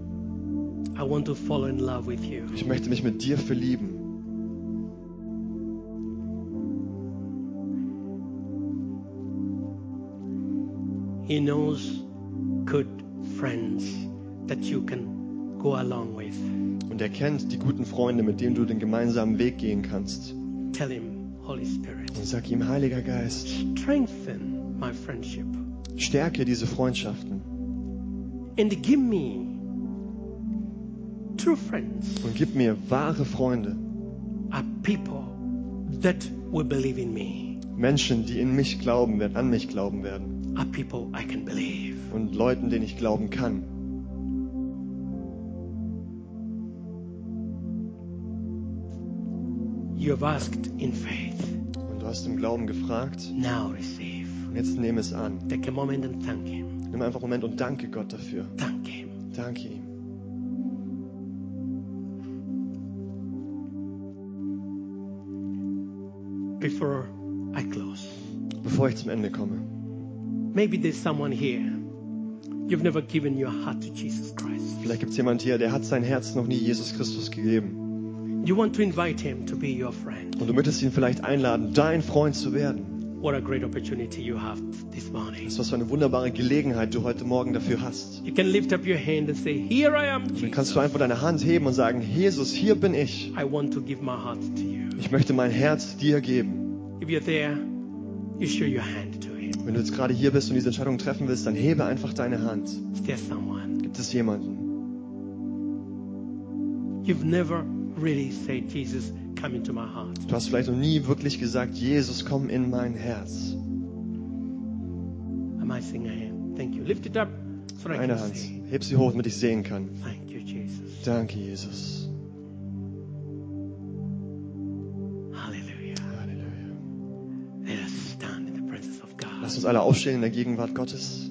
[SPEAKER 1] I want to fall in love with you.
[SPEAKER 2] Ich möchte mich mit dir verlieben.
[SPEAKER 1] He knows good friends that you can go along with.
[SPEAKER 2] Und er kennt die guten Freunde, mit denen du den gemeinsamen Weg gehen kannst. Und
[SPEAKER 1] Tell him, Holy Spirit,
[SPEAKER 2] sag ihm, Heiliger Geist,
[SPEAKER 1] strengthen my friendship
[SPEAKER 2] stärke diese Freundschaften
[SPEAKER 1] and give me true friends,
[SPEAKER 2] und gib mir wahre Freunde.
[SPEAKER 1] a people that will believe in me,
[SPEAKER 2] Menschen, die in mich glauben werden, an mich glauben werden
[SPEAKER 1] a people I can believe.
[SPEAKER 2] und Leuten, denen ich glauben kann.
[SPEAKER 1] You have asked in faith.
[SPEAKER 2] Und du hast im Glauben gefragt
[SPEAKER 1] Now receive.
[SPEAKER 2] und jetzt nehme es an.
[SPEAKER 1] Take a moment and thank him.
[SPEAKER 2] Nimm einfach einen Moment und danke Gott dafür.
[SPEAKER 1] Thank him.
[SPEAKER 2] Danke ihm.
[SPEAKER 1] Before I close,
[SPEAKER 2] Bevor ich zum Ende komme,
[SPEAKER 1] maybe there's someone here. You've never given your heart to Jesus Christ.
[SPEAKER 2] vielleicht gibt es jemand hier, der hat sein Herz noch nie Jesus Christus gegeben.
[SPEAKER 1] You want to invite him to be your friend.
[SPEAKER 2] Und du möchtest ihn vielleicht einladen, dein Freund zu werden.
[SPEAKER 1] What a great opportunity you have this morning.
[SPEAKER 2] Was für eine wunderbare Gelegenheit du heute Morgen dafür hast.
[SPEAKER 1] You can lift up your hand and say, Here I am,
[SPEAKER 2] Dann
[SPEAKER 1] Jesus.
[SPEAKER 2] kannst du einfach deine Hand heben und sagen, Jesus, hier bin ich.
[SPEAKER 1] I want to give my heart to you.
[SPEAKER 2] Ich möchte mein Herz dir geben.
[SPEAKER 1] If you're there, you show your hand to him.
[SPEAKER 2] Wenn du jetzt gerade hier bist und diese Entscheidung treffen willst, dann hebe einfach deine Hand.
[SPEAKER 1] Is there someone?
[SPEAKER 2] Gibt es jemanden?
[SPEAKER 1] You've never really said, Jesus, come into my heart.
[SPEAKER 2] Du hast vielleicht noch nie wirklich gesagt, Jesus, komm in mein Herz.
[SPEAKER 1] I might sing a hand. Thank you. Lift it up so that I
[SPEAKER 2] Eine
[SPEAKER 1] can
[SPEAKER 2] Hand.
[SPEAKER 1] see.
[SPEAKER 2] Heb sie hoch, damit ich sehen kann.
[SPEAKER 1] Thank you, Jesus.
[SPEAKER 2] Danke, Jesus.
[SPEAKER 1] Hallelujah.
[SPEAKER 2] Halleluja.
[SPEAKER 1] Let us stand in the presence of God.
[SPEAKER 2] Lass uns alle aufstehen in der Gegenwart Gottes.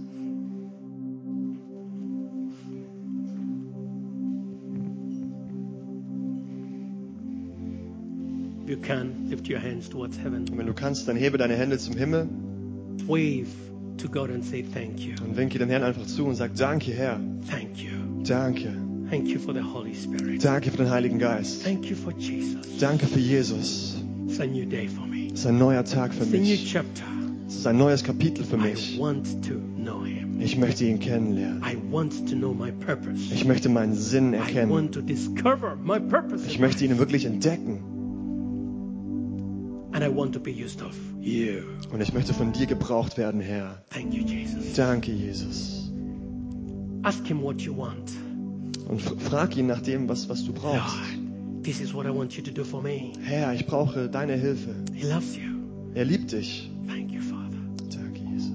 [SPEAKER 1] If you can, lift your hands towards heaven.
[SPEAKER 2] Und wenn du kannst, dann hebe deine Hände zum Himmel
[SPEAKER 1] Wave to God and say, Thank you.
[SPEAKER 2] und winke dem Herrn einfach zu und sag, danke, Herr.
[SPEAKER 1] Thank you.
[SPEAKER 2] Danke.
[SPEAKER 1] Thank you for the Holy Spirit.
[SPEAKER 2] Danke für den Heiligen Geist.
[SPEAKER 1] Thank you for Jesus.
[SPEAKER 2] Danke für Jesus.
[SPEAKER 1] It's a new day for me.
[SPEAKER 2] Es ist ein neuer Tag für
[SPEAKER 1] It's a new
[SPEAKER 2] mich.
[SPEAKER 1] chapter.
[SPEAKER 2] Es ist ein neues Kapitel für
[SPEAKER 1] I
[SPEAKER 2] mich.
[SPEAKER 1] want to know Him.
[SPEAKER 2] Ich möchte ihn kennenlernen.
[SPEAKER 1] I want to know my purpose.
[SPEAKER 2] Ich möchte meinen Sinn
[SPEAKER 1] I
[SPEAKER 2] erkennen.
[SPEAKER 1] want to discover my purpose.
[SPEAKER 2] Ich möchte ihn wirklich entdecken.
[SPEAKER 1] And I want to be used of you.
[SPEAKER 2] Und ich möchte von dir gebraucht werden, Herr.
[SPEAKER 1] Thank you, Jesus.
[SPEAKER 2] Danke, Jesus.
[SPEAKER 1] Ask Him what you want.
[SPEAKER 2] Und fr- frag ihn nach dem, was, was du brauchst.
[SPEAKER 1] Lord, this is what I want you to do for me.
[SPEAKER 2] Herr, ich brauche deine Hilfe.
[SPEAKER 1] He loves you.
[SPEAKER 2] Er liebt dich.
[SPEAKER 1] Thank you, Father.
[SPEAKER 2] Danke, Jesus.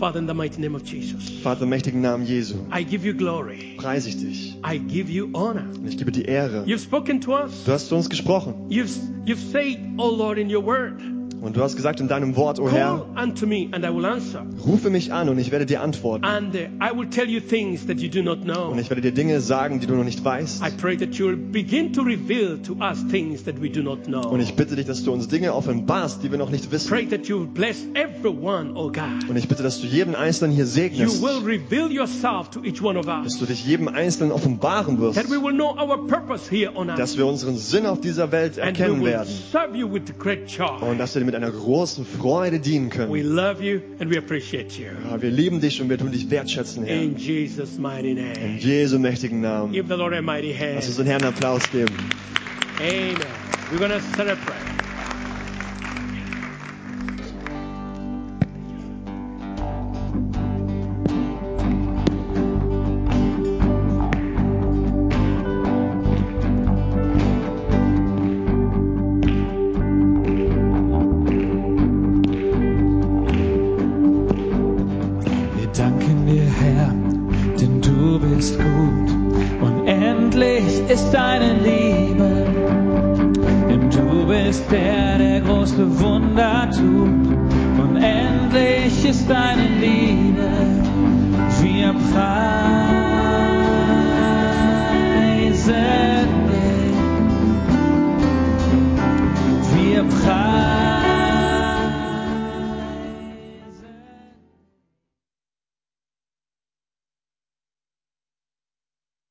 [SPEAKER 1] Father, in the mighty name of Jesus,
[SPEAKER 2] Vater, im mächtigen Namen Jesu,
[SPEAKER 1] I give you glory.
[SPEAKER 2] preise ich dich.
[SPEAKER 1] I give you honor.
[SPEAKER 2] Und ich gebe dir Ehre.
[SPEAKER 1] You've spoken to us.
[SPEAKER 2] Du hast zu uns gesprochen.
[SPEAKER 1] You've, you've said, O Lord, in your word,
[SPEAKER 2] Und du hast gesagt in deinem Wort, o Herr,
[SPEAKER 1] call unto me and I will answer.
[SPEAKER 2] rufe mich an und ich werde dir antworten.
[SPEAKER 1] And uh, I will tell you things that you do not
[SPEAKER 2] Und
[SPEAKER 1] know.
[SPEAKER 2] ich werde dir Dinge sagen, die du noch nicht weißt.
[SPEAKER 1] I pray that you will begin to reveal to us things that we do not know.
[SPEAKER 2] Und ich bitte dich, dass du uns Dinge offenbarst, die wir noch nicht wissen.
[SPEAKER 1] Pray that you will bless everyone, O God.
[SPEAKER 2] Und ich bitte, dass du jeden Einzelnen hier
[SPEAKER 1] You
[SPEAKER 2] segnest.
[SPEAKER 1] will reveal yourself to each one of
[SPEAKER 2] Dass
[SPEAKER 1] us.
[SPEAKER 2] du dich jedem Einzelnen offenbaren wirst.
[SPEAKER 1] That we will know our purpose here on earth.
[SPEAKER 2] Dass wir unseren Sinn auf dieser Welt
[SPEAKER 1] And we
[SPEAKER 2] erkennen
[SPEAKER 1] will
[SPEAKER 2] werden.
[SPEAKER 1] serve you with great joy.
[SPEAKER 2] Und dass wir dir mit einer großen Freude dienen
[SPEAKER 1] We
[SPEAKER 2] können.
[SPEAKER 1] love you and we appreciate you.
[SPEAKER 2] Ja, wir lieben dich und wir tun dich wertschätzen, Herr.
[SPEAKER 1] In Jesus' mighty
[SPEAKER 2] In
[SPEAKER 1] name.
[SPEAKER 2] Jesu mächtigen Namen.
[SPEAKER 1] Give the Lord a mighty
[SPEAKER 2] Lass uns
[SPEAKER 1] hand.
[SPEAKER 2] den Herrn einen Applaus geben.
[SPEAKER 1] Amen. We're going to celebrate.
[SPEAKER 4] Wir danken dir, Herr, denn du bist gut. Unendlich ist deine Liebe. Denn du bist der, der große Wunder tut. Unendlich ist deine Liebe. Wir preisen